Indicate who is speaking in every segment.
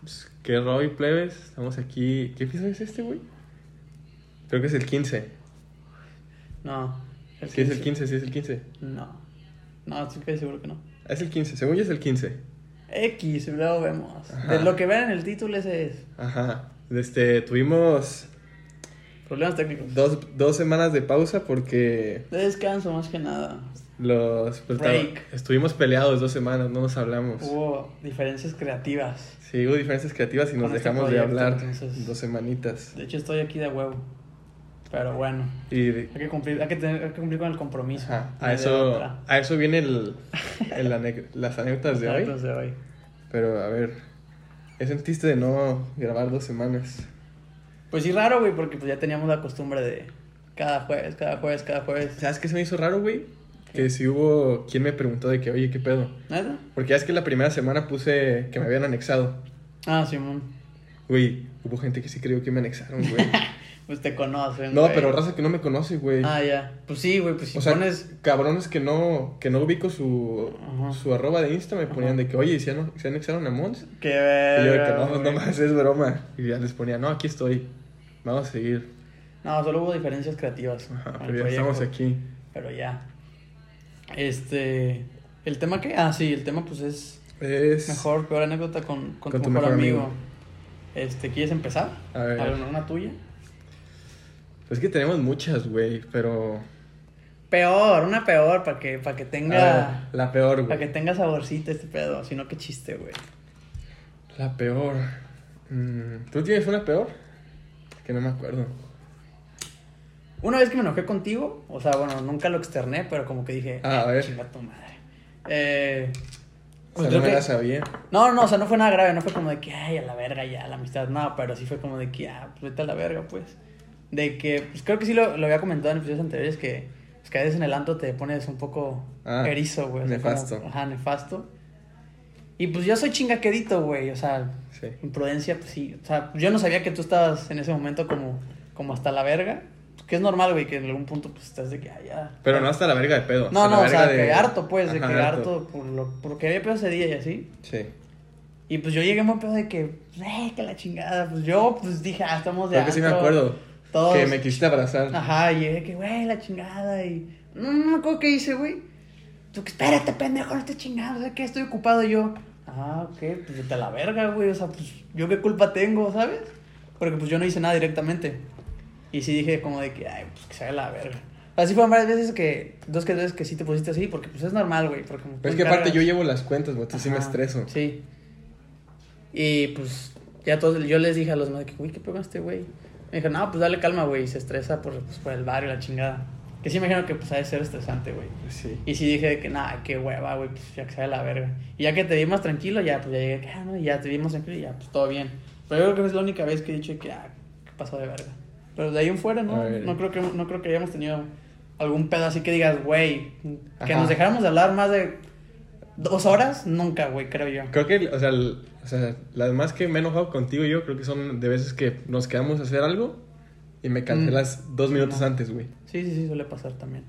Speaker 1: Pues, ¿Qué rollo, plebes? Estamos aquí. ¿Qué episodio es este, güey? Creo que es el 15.
Speaker 2: No.
Speaker 1: sí, es el 15, sí, es el 15.
Speaker 2: No. No, estoy casi seguro que no.
Speaker 1: Es el 15, según yo es el 15.
Speaker 2: X, luego vemos.
Speaker 1: Ajá.
Speaker 2: De lo que vean en el título, ese es.
Speaker 1: Ajá. Este, tuvimos
Speaker 2: Problemas técnicos.
Speaker 1: dos, dos semanas de pausa porque
Speaker 2: De descanso, más que nada.
Speaker 1: los protagon-
Speaker 2: Break. Uh.
Speaker 1: estuvimos peleados dos semanas, no nos hablamos.
Speaker 2: Hubo diferencias creativas.
Speaker 1: Sí, hubo diferencias creativas y nos
Speaker 2: Con este
Speaker 1: dejamos de
Speaker 2: proyecto,
Speaker 1: hablar
Speaker 2: entonces.
Speaker 1: dos semanitas.
Speaker 2: De hecho, estoy aquí de huevo. Pero bueno,
Speaker 1: Y
Speaker 2: hay que cumplir, hay que tener- hay que cumplir con el compromiso.
Speaker 1: ajá,
Speaker 2: No
Speaker 1: a
Speaker 2: hay de
Speaker 1: eso
Speaker 2: otra.
Speaker 1: a eso viene el, el ane- las anécdotas de hoy.
Speaker 2: Exactos de hoy.
Speaker 1: Pero a ver, ¿qué sentiste de no grabar dos semanas?
Speaker 2: Pues sí, raro, güey, porque pues ya teníamos la costumbre de cada jueves, cada jueves, cada jueves.
Speaker 1: ¿Sabes qué se me hizo raro, güey? Que si hubo quien me preguntó de que, oye, ¿qué pedo?
Speaker 2: ¿Neta?
Speaker 1: Porque ya es que la primera semana puse que me habían anexado.
Speaker 2: Ah, Simón.
Speaker 1: Güey, hubo gente que sí creyó que me anexaron, güey.
Speaker 2: Pues te conocen.
Speaker 1: No,
Speaker 2: güey.
Speaker 1: pero raza que no me conoce, güey.
Speaker 2: Ah, ya. Pues sí, güey, pues si
Speaker 1: o sea,
Speaker 2: pones.
Speaker 1: cabrones que no, que no ubico su,
Speaker 2: Ajá.
Speaker 1: su arroba de Insta me ponían
Speaker 2: Ajá.
Speaker 1: de que, oye, ¿se, ano- se anexaron a Mons?
Speaker 2: Que
Speaker 1: Y yo de
Speaker 2: verga.
Speaker 1: que, no,
Speaker 2: güey.
Speaker 1: no más, es broma. Y ya les ponía, no, aquí estoy. Vamos a seguir.
Speaker 2: No, solo hubo diferencias creativas.
Speaker 1: Ajá,
Speaker 2: con el
Speaker 1: pero ya estamos
Speaker 2: proyecto,
Speaker 1: aquí.
Speaker 2: Pero ya. Este. ¿El tema qué? Ah, sí, el tema pues es
Speaker 1: Es...
Speaker 2: mejor, peor anécdota con, con, tu, mejor, amigo. Este, ¿quieres empezar?
Speaker 1: A ver.
Speaker 2: A ver, una tuya.
Speaker 1: Es que tenemos muchas, güey, pero...
Speaker 2: Peor, una peor, para que, para que
Speaker 1: A
Speaker 2: tenga.
Speaker 1: ver, la peor,
Speaker 2: Para que
Speaker 1: güey.
Speaker 2: tenga saborcito este pedo. Si no, qué chiste, güey.
Speaker 1: La peor. Mm, ¿Tú tienes una peor? Que no me acuerdo.
Speaker 2: Una vez que me enojé contigo, o sea, bueno, nunca lo externé, pero como que dije,
Speaker 1: Ah, a
Speaker 2: "Ah,
Speaker 1: ver.
Speaker 2: chinga tu madre. Eh,
Speaker 1: O sea,
Speaker 2: pues
Speaker 1: no
Speaker 2: creo
Speaker 1: me
Speaker 2: que-
Speaker 1: la sabía.
Speaker 2: no, no, o sea, no fue nada grave, no fue como de que, ay, a la verga, ya, la amistad, no, pero sí fue como de que, ah, pues vete a la verga, pues. De que, pues creo que sí lo, lo había comentado en episodios anteriores, que, pues, que a veces en el antro te pones un poco
Speaker 1: Ah,
Speaker 2: erizo, güey. o sea,
Speaker 1: nefasto.
Speaker 2: como- ajá, nefasto. Y pues yo soy chingaquedito, güey, o sea,
Speaker 1: Sí.
Speaker 2: Imprudencia, pues sí. O sea, yo no sabía que tú estabas en ese momento como, como hasta la verga. Que es normal, güey, que en algún punto pues estás de que, ah, ya.
Speaker 1: Pero no hasta la verga de pedo.
Speaker 2: No,
Speaker 1: hasta
Speaker 2: no,
Speaker 1: la
Speaker 2: o sea,
Speaker 1: verga
Speaker 2: que harto, pues, de
Speaker 1: Ajá,
Speaker 2: que harto por lo, por lo que había pedo ese día y así.
Speaker 1: Sí.
Speaker 2: Y pues yo llegué muy pedo de que, eh, que la chingada. Pues yo, pues dije, ah, estamos de
Speaker 1: Creo que sí me
Speaker 2: antro,
Speaker 1: acuerdo.
Speaker 2: Todos.
Speaker 1: Que me quisiste abrazar.
Speaker 2: Ajá, y llegué que, güey, la chingada. Y no, no me acuerdo qué hice, güey. Tú que, espérate, pendejo, no te chingados, o sea, que estoy ocupado Y yo. Ah, ok, pues vete a la verga, güey. O sea, pues yo qué culpa tengo, ¿sabes? Porque pues yo no hice nada directamente. Y sí dije como de que, ay, pues que se haga la verga. Así fueron varias veces que, dos que veces que sí te pusiste así, porque pues es normal, güey. Porque como tú
Speaker 1: Pero es que aparte
Speaker 2: encargas-
Speaker 1: yo llevo las cuentas, güey. Entonces sí me
Speaker 2: Ajá,
Speaker 1: estreso.
Speaker 2: Sí. Y pues ya todos, yo les dije a los demás que, uy, ¿qué pega este güey? Me dijeron, no, pues dale calma, güey, se estresa por, pues, por el barrio, la chingada. Que sí me dijeron que pues ha de ser estresante, güey.
Speaker 1: Sí.
Speaker 2: Y sí dije de que, nada, qué hueva, güey, pues ya que sale la verga. Y ya que te vimos tranquilo, ya, pues ya llegué, que, ah, no, ya te vimos tranquilo y ya, pues todo bien. Pero yo creo que es la única vez que he dicho que, ah, qué pasó de verga. Pero de ahí en fuera,
Speaker 1: A
Speaker 2: ¿no?
Speaker 1: ver.
Speaker 2: No creo, que, no creo que hayamos tenido algún pedo así que digas, güey, que
Speaker 1: Ajá.
Speaker 2: nos dejáramos de hablar más de dos horas, nunca, güey, creo yo.
Speaker 1: Creo que, o sea, el- o sea, las más que me he enojado contigo yo creo que son de veces que nos quedamos a hacer algo y me cancelas
Speaker 2: Mm.
Speaker 1: dos minutos
Speaker 2: No.
Speaker 1: antes, güey.
Speaker 2: Sí, sí, sí, suele pasar también.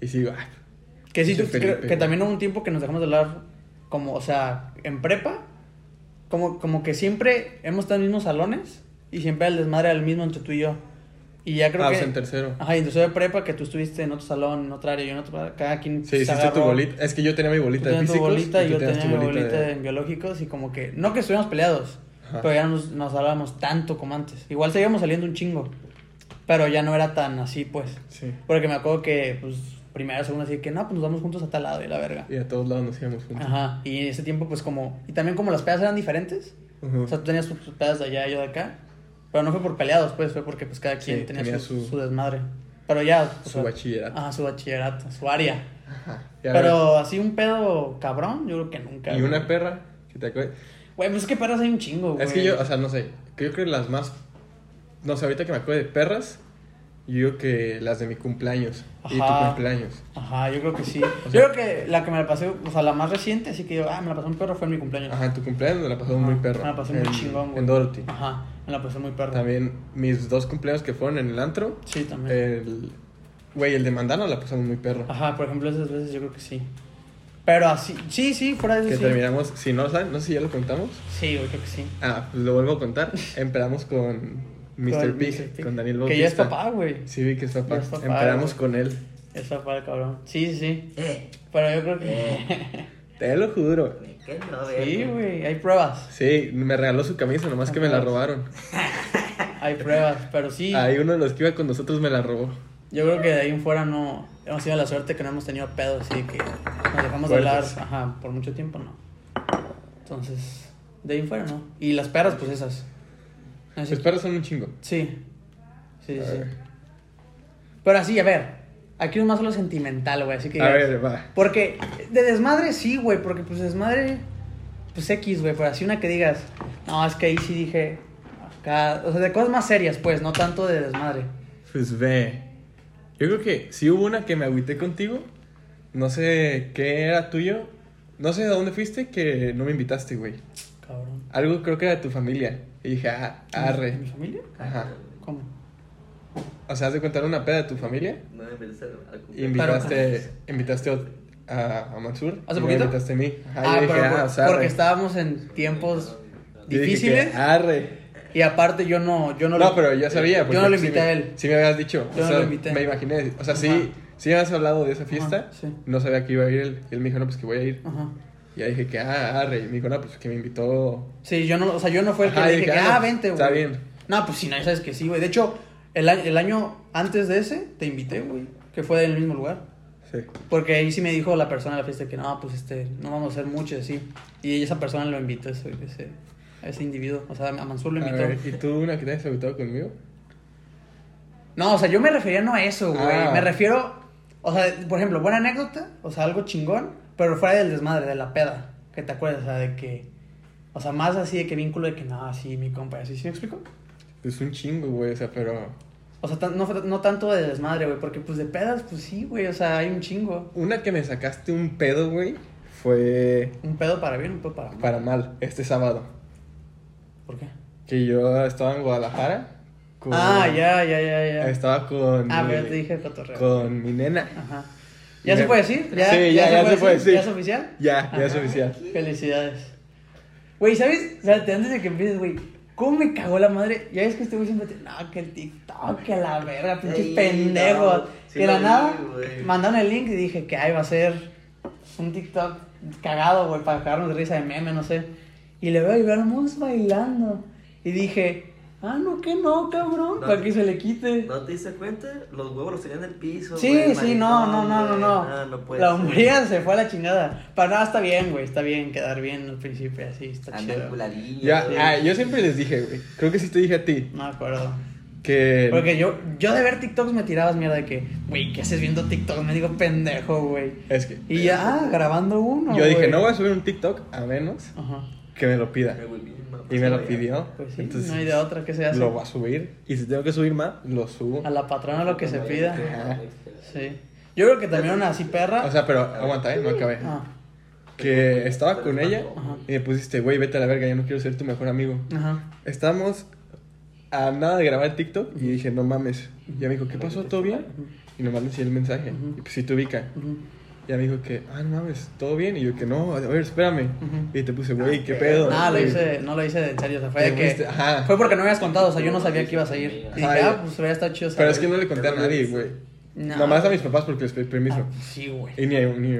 Speaker 1: Y sí, digo, ah,
Speaker 2: Que sí,
Speaker 1: Ese
Speaker 2: tú-
Speaker 1: Felipe,
Speaker 2: creo que
Speaker 1: güey.
Speaker 2: también hubo un tiempo que nos dejamos de hablar, como, o sea, en prepa, como, como que siempre hemos estado en los mismos salones y siempre el desmadre era el mismo entre tú y yo. Y ya creo
Speaker 1: ah, o
Speaker 2: que.
Speaker 1: sea, en tercero.
Speaker 2: Ajá, y entonces de prepa que tú estuviste en otro salón, en otra área, yo en otra. Cada quien.
Speaker 1: Sí, hiciste tu bolita. Es que yo tenía mi
Speaker 2: Tú
Speaker 1: bolita de
Speaker 2: tenías tu
Speaker 1: físicos.
Speaker 2: bolita
Speaker 1: y
Speaker 2: y
Speaker 1: tú
Speaker 2: yo
Speaker 1: tenías
Speaker 2: tenía
Speaker 1: tu
Speaker 2: mi
Speaker 1: bolita
Speaker 2: bolita
Speaker 1: de-
Speaker 2: en biológicos y como que. No que estuvimos peleados,
Speaker 1: Ajá.
Speaker 2: pero ya nos, nos hablábamos tanto como antes. Igual seguíamos saliendo un chingo, pero ya no era tan así, pues.
Speaker 1: Sí.
Speaker 2: Porque me acuerdo que, pues, primero, segundo, así que, no, pues nos vamos juntos a tal lado y la verga.
Speaker 1: Y a todos lados nos íbamos juntos.
Speaker 2: Ajá. Y en ese tiempo, pues, como. Y también, como las pedas eran diferentes.
Speaker 1: Ujú.
Speaker 2: O sea, tú tenías tus tus pedas de allá y yo de acá. Pero no fue por peleados, pues, fue porque, pues, cada quien
Speaker 1: Sí,
Speaker 2: tenía,
Speaker 1: tenía
Speaker 2: su,
Speaker 1: su-
Speaker 2: su desmadre. Pero ya.
Speaker 1: Su
Speaker 2: o sea,
Speaker 1: bachillerato.
Speaker 2: Ajá, su bachillerato, su área.
Speaker 1: Ajá. Y a
Speaker 2: Pero así un pedo cabrón, yo creo que nunca.
Speaker 1: ver, y una
Speaker 2: güey.
Speaker 1: perra que te acuerdas.
Speaker 2: Güey, pues es que perras hay un chingo, güey.
Speaker 1: Es que yo, o sea, no sé. Creo que las más. No sé, ahorita que me acuerdo de perras, yo digo que las de mi cumpleaños. Y tu
Speaker 2: Ajá.
Speaker 1: cumpleaños.
Speaker 2: Ajá, yo creo que sí.
Speaker 1: sea-
Speaker 2: yo creo que la que me la pasé, o sea, la más reciente, así que yo, ah, me la pasé un perro, fue en mi cumpleaños.
Speaker 1: Ajá, en tu cumpleaños me la pasó
Speaker 2: Ajá,
Speaker 1: muy perro.
Speaker 2: me la pasé muy
Speaker 1: en,
Speaker 2: chingón, güey.
Speaker 1: En Dorothy.
Speaker 2: Ajá, me la pasé muy perro.
Speaker 1: También mis dos cumpleaños que fueron en el antro.
Speaker 2: Sí, también.
Speaker 1: El. Güey, el de Mandano la pasamos muy perro.
Speaker 2: Ajá, por ejemplo, esas veces yo creo que sí. Pero así, sí, sí, por ahí
Speaker 1: Que
Speaker 2: sí.
Speaker 1: terminamos, si no lo saben, no sé si ya lo contamos.
Speaker 2: Sí, güey, creo que sí.
Speaker 1: Ah, pues lo vuelvo a contar. Empezamos con Mr.
Speaker 2: Con
Speaker 1: Pig, con Daniel
Speaker 2: Que ya es
Speaker 1: Bautista.
Speaker 2: papá, güey.
Speaker 1: Sí, vi que es papá.
Speaker 2: Ya es papá,
Speaker 1: Empezamos
Speaker 2: güey.
Speaker 1: con él.
Speaker 2: Es papá el cabrón. Sí, sí, sí.
Speaker 3: Eh,
Speaker 2: Pero yo creo que.
Speaker 1: Te lo juro.
Speaker 3: me quedo,
Speaker 2: sí,
Speaker 3: verga.
Speaker 2: güey, hay pruebas.
Speaker 1: Sí, me regaló su camisa, nomás que me la
Speaker 2: Ajá.
Speaker 1: robaron.
Speaker 2: Hay pruebas, pero sí.
Speaker 1: Ahí uno de los que iba con nosotros me la robó.
Speaker 2: Yo creo que de ahí en fuera no hemos tenido la suerte que no hemos tenido pedos, así que nos dejamos de hablar,
Speaker 1: Fuertes.
Speaker 2: ajá, por mucho tiempo no. Entonces, de ahí en fuera no. Y las perras, pues esas. No sé
Speaker 1: Sus perros son un chingo.
Speaker 2: Sí. Sí,
Speaker 1: A
Speaker 2: sí.
Speaker 1: ver.
Speaker 2: Pero así, a ver. Aquí es más lo sentimental, güey, así que
Speaker 1: A ver, va.
Speaker 2: porque de desmadre sí, güey, porque pues desmadre pues X, güey, pero así una que digas, no, es que ahí sí dije acá, o sea, de cosas más serias, pues, no tanto de desmadre.
Speaker 1: Pues ve. Yo creo que si hubo una que me agüité contigo. No sé qué era tuyo. No sé a dónde fuiste que no me invitaste, güey.
Speaker 2: Cabrón.
Speaker 1: Algo creo que era de tu familia. Y dije, ah,
Speaker 2: ¿Mi
Speaker 1: arre.
Speaker 2: familia?
Speaker 1: Ajá.
Speaker 2: ¿Cómo?
Speaker 1: O sea, ¿has de contar una peda de tu familia?
Speaker 3: No me merece al
Speaker 1: Y
Speaker 3: cumpleaños.
Speaker 1: invitaste, invitaste a, a Mansur.
Speaker 2: ¿Hace
Speaker 1: y me
Speaker 2: poquito?
Speaker 1: invitaste a mí. Ajá,
Speaker 2: Ah,
Speaker 1: yo dije,
Speaker 2: pero
Speaker 1: ah,
Speaker 2: por-
Speaker 1: o sea,
Speaker 2: porque
Speaker 1: arre".
Speaker 2: estábamos en tiempos
Speaker 1: Yo dije que, ah.
Speaker 2: difíciles
Speaker 1: arre.
Speaker 2: y aparte yo no yo no,
Speaker 1: No,
Speaker 2: lo- eh,
Speaker 1: pero ya sabía. porque pues
Speaker 2: Yo no lo
Speaker 1: sí
Speaker 2: invité
Speaker 1: me-
Speaker 2: a él.
Speaker 1: Sí me habías dicho.
Speaker 2: Yo
Speaker 1: o
Speaker 2: no
Speaker 1: sea,
Speaker 2: lo invité.
Speaker 1: Me imaginé. O sea,
Speaker 2: Ajá.
Speaker 1: sí, sí me habías hablado de esa fiesta.
Speaker 2: Ajá, sí.
Speaker 1: No sabía que iba a ir él. Y él me dijo, no, pues que voy a ir.
Speaker 2: Ajá.
Speaker 1: Y ya dije que, ah, arre. Y me dijo, no, pues que me invitó.
Speaker 2: Sí, yo no, o sea, yo no fue el que
Speaker 1: Ajá,
Speaker 2: le
Speaker 1: y
Speaker 2: dije
Speaker 1: dije,
Speaker 2: que,
Speaker 1: ah,
Speaker 2: ah, vente, güey.
Speaker 1: está bien.
Speaker 2: No, pues si no, ya sabes que sí, güey. De hecho, el, a- el año antes de ese te invité, güey, que fue del mismo lugar.
Speaker 1: Sí.
Speaker 2: Porque ahí sí me dijo la persona de la fiesta que no, pues este, no vamos a hacer mucho, así. Y esa persona lo invitó, ese, ese, a ese individuo. O sea, a Mansur lo
Speaker 1: A
Speaker 2: invitó.
Speaker 1: ver, ¿y tú una que te hayas invitado conmigo?
Speaker 2: No, o sea, yo me refería no a eso, güey.
Speaker 1: Ah.
Speaker 2: Me refiero, o sea, por ejemplo, buena anécdota, o sea, algo chingón, pero fuera del desmadre, de la peda, que te acuerdas, o sea, de que, o sea, más así de que vínculo de que no, sí, mi compa, así, ¿sí me explico?
Speaker 1: Es Pues un chingo, güey. O sea, pero.
Speaker 2: O sea, tan- no, fue- no tanto de desmadre, güey, porque pues de pedas, pues sí, güey, o sea, hay un chingo.
Speaker 1: Una que me sacaste un pedo, güey, fue
Speaker 2: Un pedo para bien, un pedo para mal.
Speaker 1: para mal este sábado.
Speaker 2: ¿Por qué?
Speaker 1: Que yo estaba en Guadalajara. con-
Speaker 2: Ah, ya, ya, ya, ya.
Speaker 1: Estaba con.
Speaker 2: Ah,
Speaker 1: mi-
Speaker 2: pero te dije cotorreo.
Speaker 1: Con mi nena.
Speaker 2: Ajá. ¿Ya
Speaker 1: Me-
Speaker 2: se puede decir? ¿Ya,
Speaker 1: Sí, ya, ya se puede decir.
Speaker 2: ¿Ya es oficial?
Speaker 1: Ya, ya es
Speaker 2: Ajá.
Speaker 1: oficial.
Speaker 2: Felicidades. Güey, ¿sabes? O sea, te- antes de que empieces, güey, ¿cómo me cagó la madre? Ya ves que este güey siempre te. No, que el TikTok, que la verga, pinches
Speaker 3: Sí,
Speaker 2: pendejos.
Speaker 3: no, sí
Speaker 2: que de la
Speaker 3: lo vi,
Speaker 2: nada,
Speaker 3: güey.
Speaker 2: mandaron el link y dije que ahí va a ser un TikTok cagado, güey, para cagarnos de risa de meme, no sé. Y le veo y veo a Mons bailando. Y dije, ah, no, que no, cabrón,
Speaker 3: No.
Speaker 2: para que se le quite.
Speaker 3: ¿No te diste cuenta? Los huevos los tenían en el piso.
Speaker 2: Sí,
Speaker 3: güey,
Speaker 2: sí, no, no,
Speaker 3: maricón,
Speaker 2: no, no,
Speaker 3: güey.
Speaker 2: no.
Speaker 3: Ah, no puede
Speaker 2: la
Speaker 3: ser.
Speaker 2: hombría se fue a la chingada. Para nada está bien, güey, está bien quedar bien al principio, así, está
Speaker 3: Anda
Speaker 2: chido.
Speaker 3: enculadillo,
Speaker 1: Ya,
Speaker 3: güey.
Speaker 1: ah, yo siempre les dije, güey. Creo que sí te dije a ti.
Speaker 2: No me acuerdo.
Speaker 1: Que.
Speaker 2: Porque yo, yo de ver TikToks me tirabas mierda de que, güey, ¿qué haces viendo TikToks? Me digo, pendejo, güey.
Speaker 1: Es que.
Speaker 2: Y ya, ah, grabando uno.
Speaker 1: yo dije,
Speaker 2: güey.
Speaker 1: no voy a subir un TikTok a menos
Speaker 2: Ajá.
Speaker 1: que me lo pida.
Speaker 3: Ay, güey, bien, mamá,
Speaker 1: Y me lo
Speaker 3: güey.
Speaker 1: pidió.
Speaker 2: Pues sí, no hay de otra que se hace.
Speaker 1: Lo voy a subir. Y si tengo que subir más, lo subo.
Speaker 2: A la patrona lo que se pida.
Speaker 1: Ajá.
Speaker 2: Sí. Yo creo que también una así perra.
Speaker 1: O sea, pero aguanta, ¿eh? No acabé.
Speaker 2: Ah,
Speaker 1: Que estaba con ella
Speaker 2: Ajá.
Speaker 1: y me pusiste, güey, vete a la verga, yo no quiero ser tu mejor amigo.
Speaker 2: ajá.
Speaker 1: Estamos a nada de grabar el TikTok y dije, no mames. Y ya me dijo, ¿qué pasó? ¿Todo bien? Y nomás le enseñé el mensaje.
Speaker 2: Ujú.
Speaker 1: Y pues sí te ubica.
Speaker 2: ujú.
Speaker 1: Ya me dijo que, ah, no mames, todo bien. Y yo que no, a ver, espérame.
Speaker 2: Ujú.
Speaker 1: Y te puse, güey, qué pedo.
Speaker 2: No, lo
Speaker 1: Y-
Speaker 2: hice, no lo hice de en serio, o sea, fue
Speaker 1: Te
Speaker 2: de que...
Speaker 1: fuiste, ajá.
Speaker 2: Fue porque no me habías contado, o sea, yo no sabía que ibas a ir. Y dije,
Speaker 1: Ajá,
Speaker 2: ah,
Speaker 1: ya.
Speaker 2: pues hubiera estado chido
Speaker 1: Pero
Speaker 2: saber.
Speaker 1: es que no le conté a
Speaker 3: Pero no
Speaker 1: nadie,
Speaker 3: dice.
Speaker 1: güey.
Speaker 2: No.
Speaker 1: Nomás a mis papás porque les pedí permiso.
Speaker 2: Ah, pues sí, güey.
Speaker 1: Y ni, ni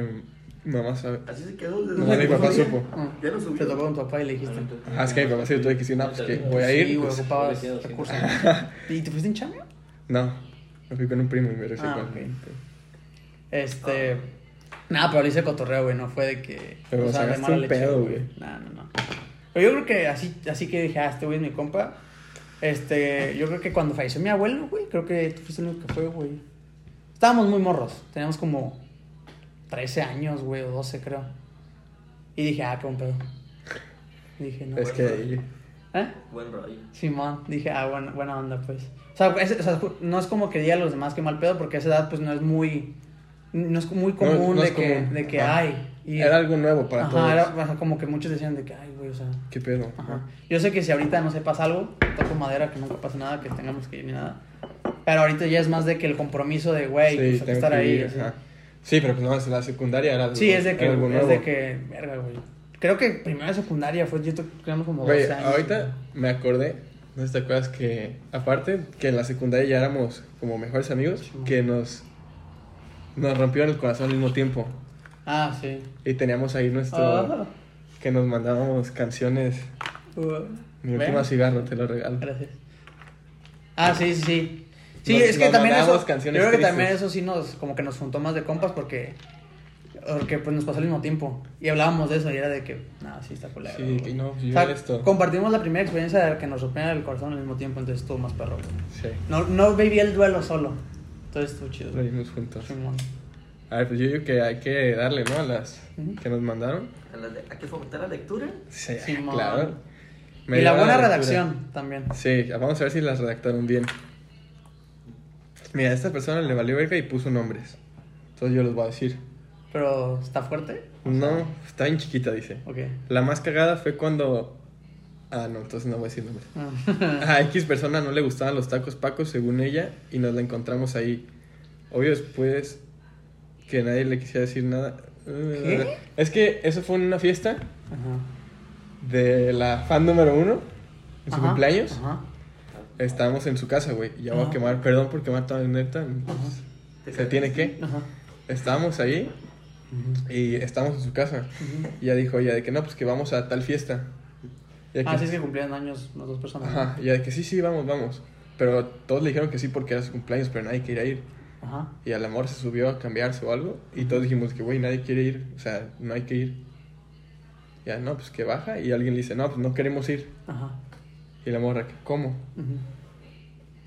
Speaker 1: mi mamá sabe.
Speaker 3: Así se quedó. desde-
Speaker 1: No, mi papá supo.
Speaker 2: Ah.
Speaker 3: Ya no subió.
Speaker 2: Te tocó con tu papá y le dijiste.
Speaker 1: Ah, es que mi papá se lo tuve que decir, no, pues que voy a
Speaker 2: Sí,
Speaker 1: ir.
Speaker 2: güey,
Speaker 1: pues,
Speaker 2: ocupabas recursos. ¿Y te fuiste en chamio?
Speaker 1: no, me fui con un primo y me regresé
Speaker 2: Ah,
Speaker 1: con pues.
Speaker 2: ok. Este. Nada, pero le hice cotorreo, güey, no fue de que.
Speaker 1: Ah. Pero
Speaker 2: de
Speaker 1: sacaste
Speaker 2: mala
Speaker 1: un
Speaker 2: leche,
Speaker 1: pedo, güey.
Speaker 2: Nah, no, no. Pero yo creo que así, así que dije, ah, este güey es mi compa. Este, yo creo que cuando falleció mi abuelo, güey, creo que tú fuiste el único que fue, güey. Estábamos muy morros, teníamos como 13 años, güey, o 12, creo. Y dije, ah, qué buen pedo. Dije, no.
Speaker 1: Es que ahí.
Speaker 2: ¿Eh?
Speaker 3: Buen rollo.
Speaker 2: Simón, dije, ah, buena, buena onda, pues. O sea, es- o sea, no es como que diga a los demás que mal pedo, porque a esa edad, pues, no es muy... No es muy común
Speaker 1: no
Speaker 2: de,
Speaker 1: es
Speaker 2: que,
Speaker 1: común.
Speaker 2: de que
Speaker 1: Ajá.
Speaker 2: hay. Y,
Speaker 1: Era algo nuevo para
Speaker 2: ajá,
Speaker 1: todos.
Speaker 2: era ajá, como que muchos decían de que, ay, güey, o sea...
Speaker 1: ¿Qué pedo?
Speaker 2: Ajá. Yo sé que si ahorita, no se pasa algo, toco madera, que nunca pasa nada, que tengamos que ir ni nada. Pero ahorita ya es más de que el compromiso de, güey, pues, hay que
Speaker 1: tengo
Speaker 2: estar
Speaker 1: que
Speaker 2: ahí.
Speaker 1: ir,
Speaker 2: así.
Speaker 1: ajá. Sí, pero pues no, es la secundaria era algo-
Speaker 2: Sí, es de que,
Speaker 1: era algo
Speaker 2: es
Speaker 1: nuevo.
Speaker 2: de que, verga, güey. Creo que primero de secundaria fue, yo teníamos como 12
Speaker 1: Güey,
Speaker 2: años.
Speaker 1: ahorita me acordé, no sé si te acuerdas que, aparte que en la secundaria ya éramos como mejores amigos, que nos, nos rompieron el corazón al mismo tiempo.
Speaker 2: Ah, sí.
Speaker 1: Y teníamos ahí nuestro, que nos mandábamos canciones.
Speaker 2: Ah, uh,
Speaker 1: Mi
Speaker 2: ven.
Speaker 1: último cigarro, te lo regalo.
Speaker 2: Gracias. Ah, sí, sí, sí. Sí,
Speaker 1: Nos-
Speaker 2: es que
Speaker 1: nos
Speaker 2: también eso.
Speaker 1: mandábamos
Speaker 2: Yo creo
Speaker 1: canciones
Speaker 2: que
Speaker 1: tristes.
Speaker 2: también eso sí nos, como que nos juntó más de compas porque. Porque pues nos pasó al mismo tiempo. Y hablábamos de eso y era de que, no, sí está culero.
Speaker 1: Sí,
Speaker 2: güey".
Speaker 1: que no, yo
Speaker 2: O sea,
Speaker 1: esto.
Speaker 2: compartimos la primera experiencia de que nos rompieron el corazón al mismo tiempo, entonces estuvo más perro. güey.
Speaker 1: Sí,
Speaker 2: No, no viví el duelo solo. Entonces estuvo chido.
Speaker 1: lo
Speaker 2: güey.
Speaker 1: vimos juntos.
Speaker 2: Simón.
Speaker 1: A ver, pues yo digo que hay que darle, ¿no? A las
Speaker 2: Ujú.
Speaker 1: que nos mandaron.
Speaker 3: A la de- Hay que fomentar la lectura.
Speaker 1: Sí, ah,
Speaker 2: Simón.
Speaker 1: claro. Me
Speaker 2: Y la
Speaker 1: dio
Speaker 2: buena
Speaker 1: lectura.
Speaker 2: redacción también.
Speaker 1: Sí, vamos a ver si las redactaron bien. Mira, a esta persona le valió verga y puso nombres. Entonces yo los voy a decir.
Speaker 2: Pero, ¿está fuerte?
Speaker 1: No, está bien chiquita, dice.
Speaker 2: Ok.
Speaker 1: La más cagada fue cuando... Ah, no, entonces no voy a decir nombres.
Speaker 2: Ah.
Speaker 1: A X persona no le gustaban los tacos pacos, según ella, y nos la encontramos ahí. Obvio después que nadie le quisiera decir nada.
Speaker 2: ¿Qué?
Speaker 1: Es que eso fue en una fiesta
Speaker 2: Ajá.
Speaker 1: de la fan número uno, en su
Speaker 2: Ajá,
Speaker 1: cumpleaños.
Speaker 2: Ajá.
Speaker 1: Estábamos en su casa, güey. y Ya voy a
Speaker 2: Ajá.
Speaker 1: quemar, perdón por quemar toda la neta.
Speaker 3: Te
Speaker 1: Se tiene que.
Speaker 2: Ah. Ajá.
Speaker 1: Estábamos ahí y estábamos en su casa.
Speaker 2: Ujú.
Speaker 1: Y ya dijo ella de que no, pues que vamos a tal fiesta. Y de
Speaker 2: Ah, sí,
Speaker 1: que-
Speaker 2: es que cumplían años las dos personas. ¿no?
Speaker 1: Ajá, y ya de que sí, sí, vamos, vamos. Pero todos le dijeron que sí porque era su cumpleaños, pero nadie quería ir.
Speaker 2: Ajá.
Speaker 1: Y al amor se subió a cambiarse o algo. Y todos dijimos que, güey, nadie quiere ir. O sea, no hay que ir. Ya, no, pues que baja. Y alguien le dice, no, pues no queremos ir.
Speaker 2: Ajá.
Speaker 1: Y la morra, ¿cómo?
Speaker 2: Ujú.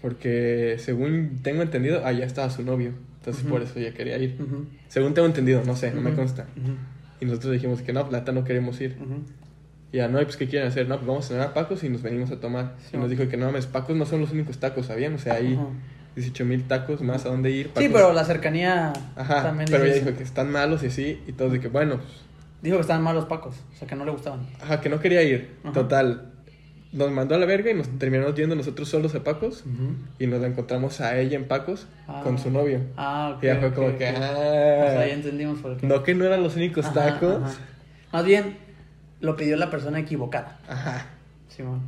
Speaker 1: Porque según tengo entendido, allá estaba su novio. Entonces
Speaker 2: Ujú.
Speaker 1: por eso ella quería ir.
Speaker 2: Ujú.
Speaker 1: Según tengo entendido, no sé, no me
Speaker 2: Ujú.
Speaker 1: consta.
Speaker 2: Ujú.
Speaker 1: Y nosotros dijimos que no, plata, no queremos ir.
Speaker 2: Ujú.
Speaker 1: Y ya no, y pues ¿qué quieren hacer? No, pues vamos a cenar a Pacos y nos venimos a tomar.
Speaker 2: Sí.
Speaker 1: Y nos dijo que no mames, Pacos no son los únicos tacos, ¿sabían? O sea, hay
Speaker 2: Ujú.
Speaker 1: 18 mil tacos más a dónde ir.
Speaker 2: Sí,
Speaker 1: Pacos-
Speaker 2: pero la cercanía
Speaker 1: Ajá,
Speaker 2: también
Speaker 1: pero ella
Speaker 2: dice
Speaker 1: dijo
Speaker 2: eso.
Speaker 1: que están malos y así. Y todos de que, bueno, pues,
Speaker 2: Dijo que estaban malos pacos, o sea, que no le gustaban.
Speaker 1: ajá, que no quería ir.
Speaker 2: Ajá.
Speaker 1: Total, nos mandó a la verga y nos terminamos yendo nosotros solos a Pacos. Y nos la encontramos a ella en Pacos
Speaker 2: Ah.
Speaker 1: con su novio.
Speaker 2: Ah, ok.
Speaker 1: Y ya fue
Speaker 2: ok,
Speaker 1: como
Speaker 2: ok.
Speaker 1: que,
Speaker 2: O sea, ya
Speaker 1: ah,
Speaker 2: entendimos por qué.
Speaker 1: no que no eran los únicos
Speaker 2: Ajá,
Speaker 1: tacos.
Speaker 2: ajá. Más bien, lo pidió la persona equivocada,
Speaker 1: Ajá.
Speaker 2: Simón.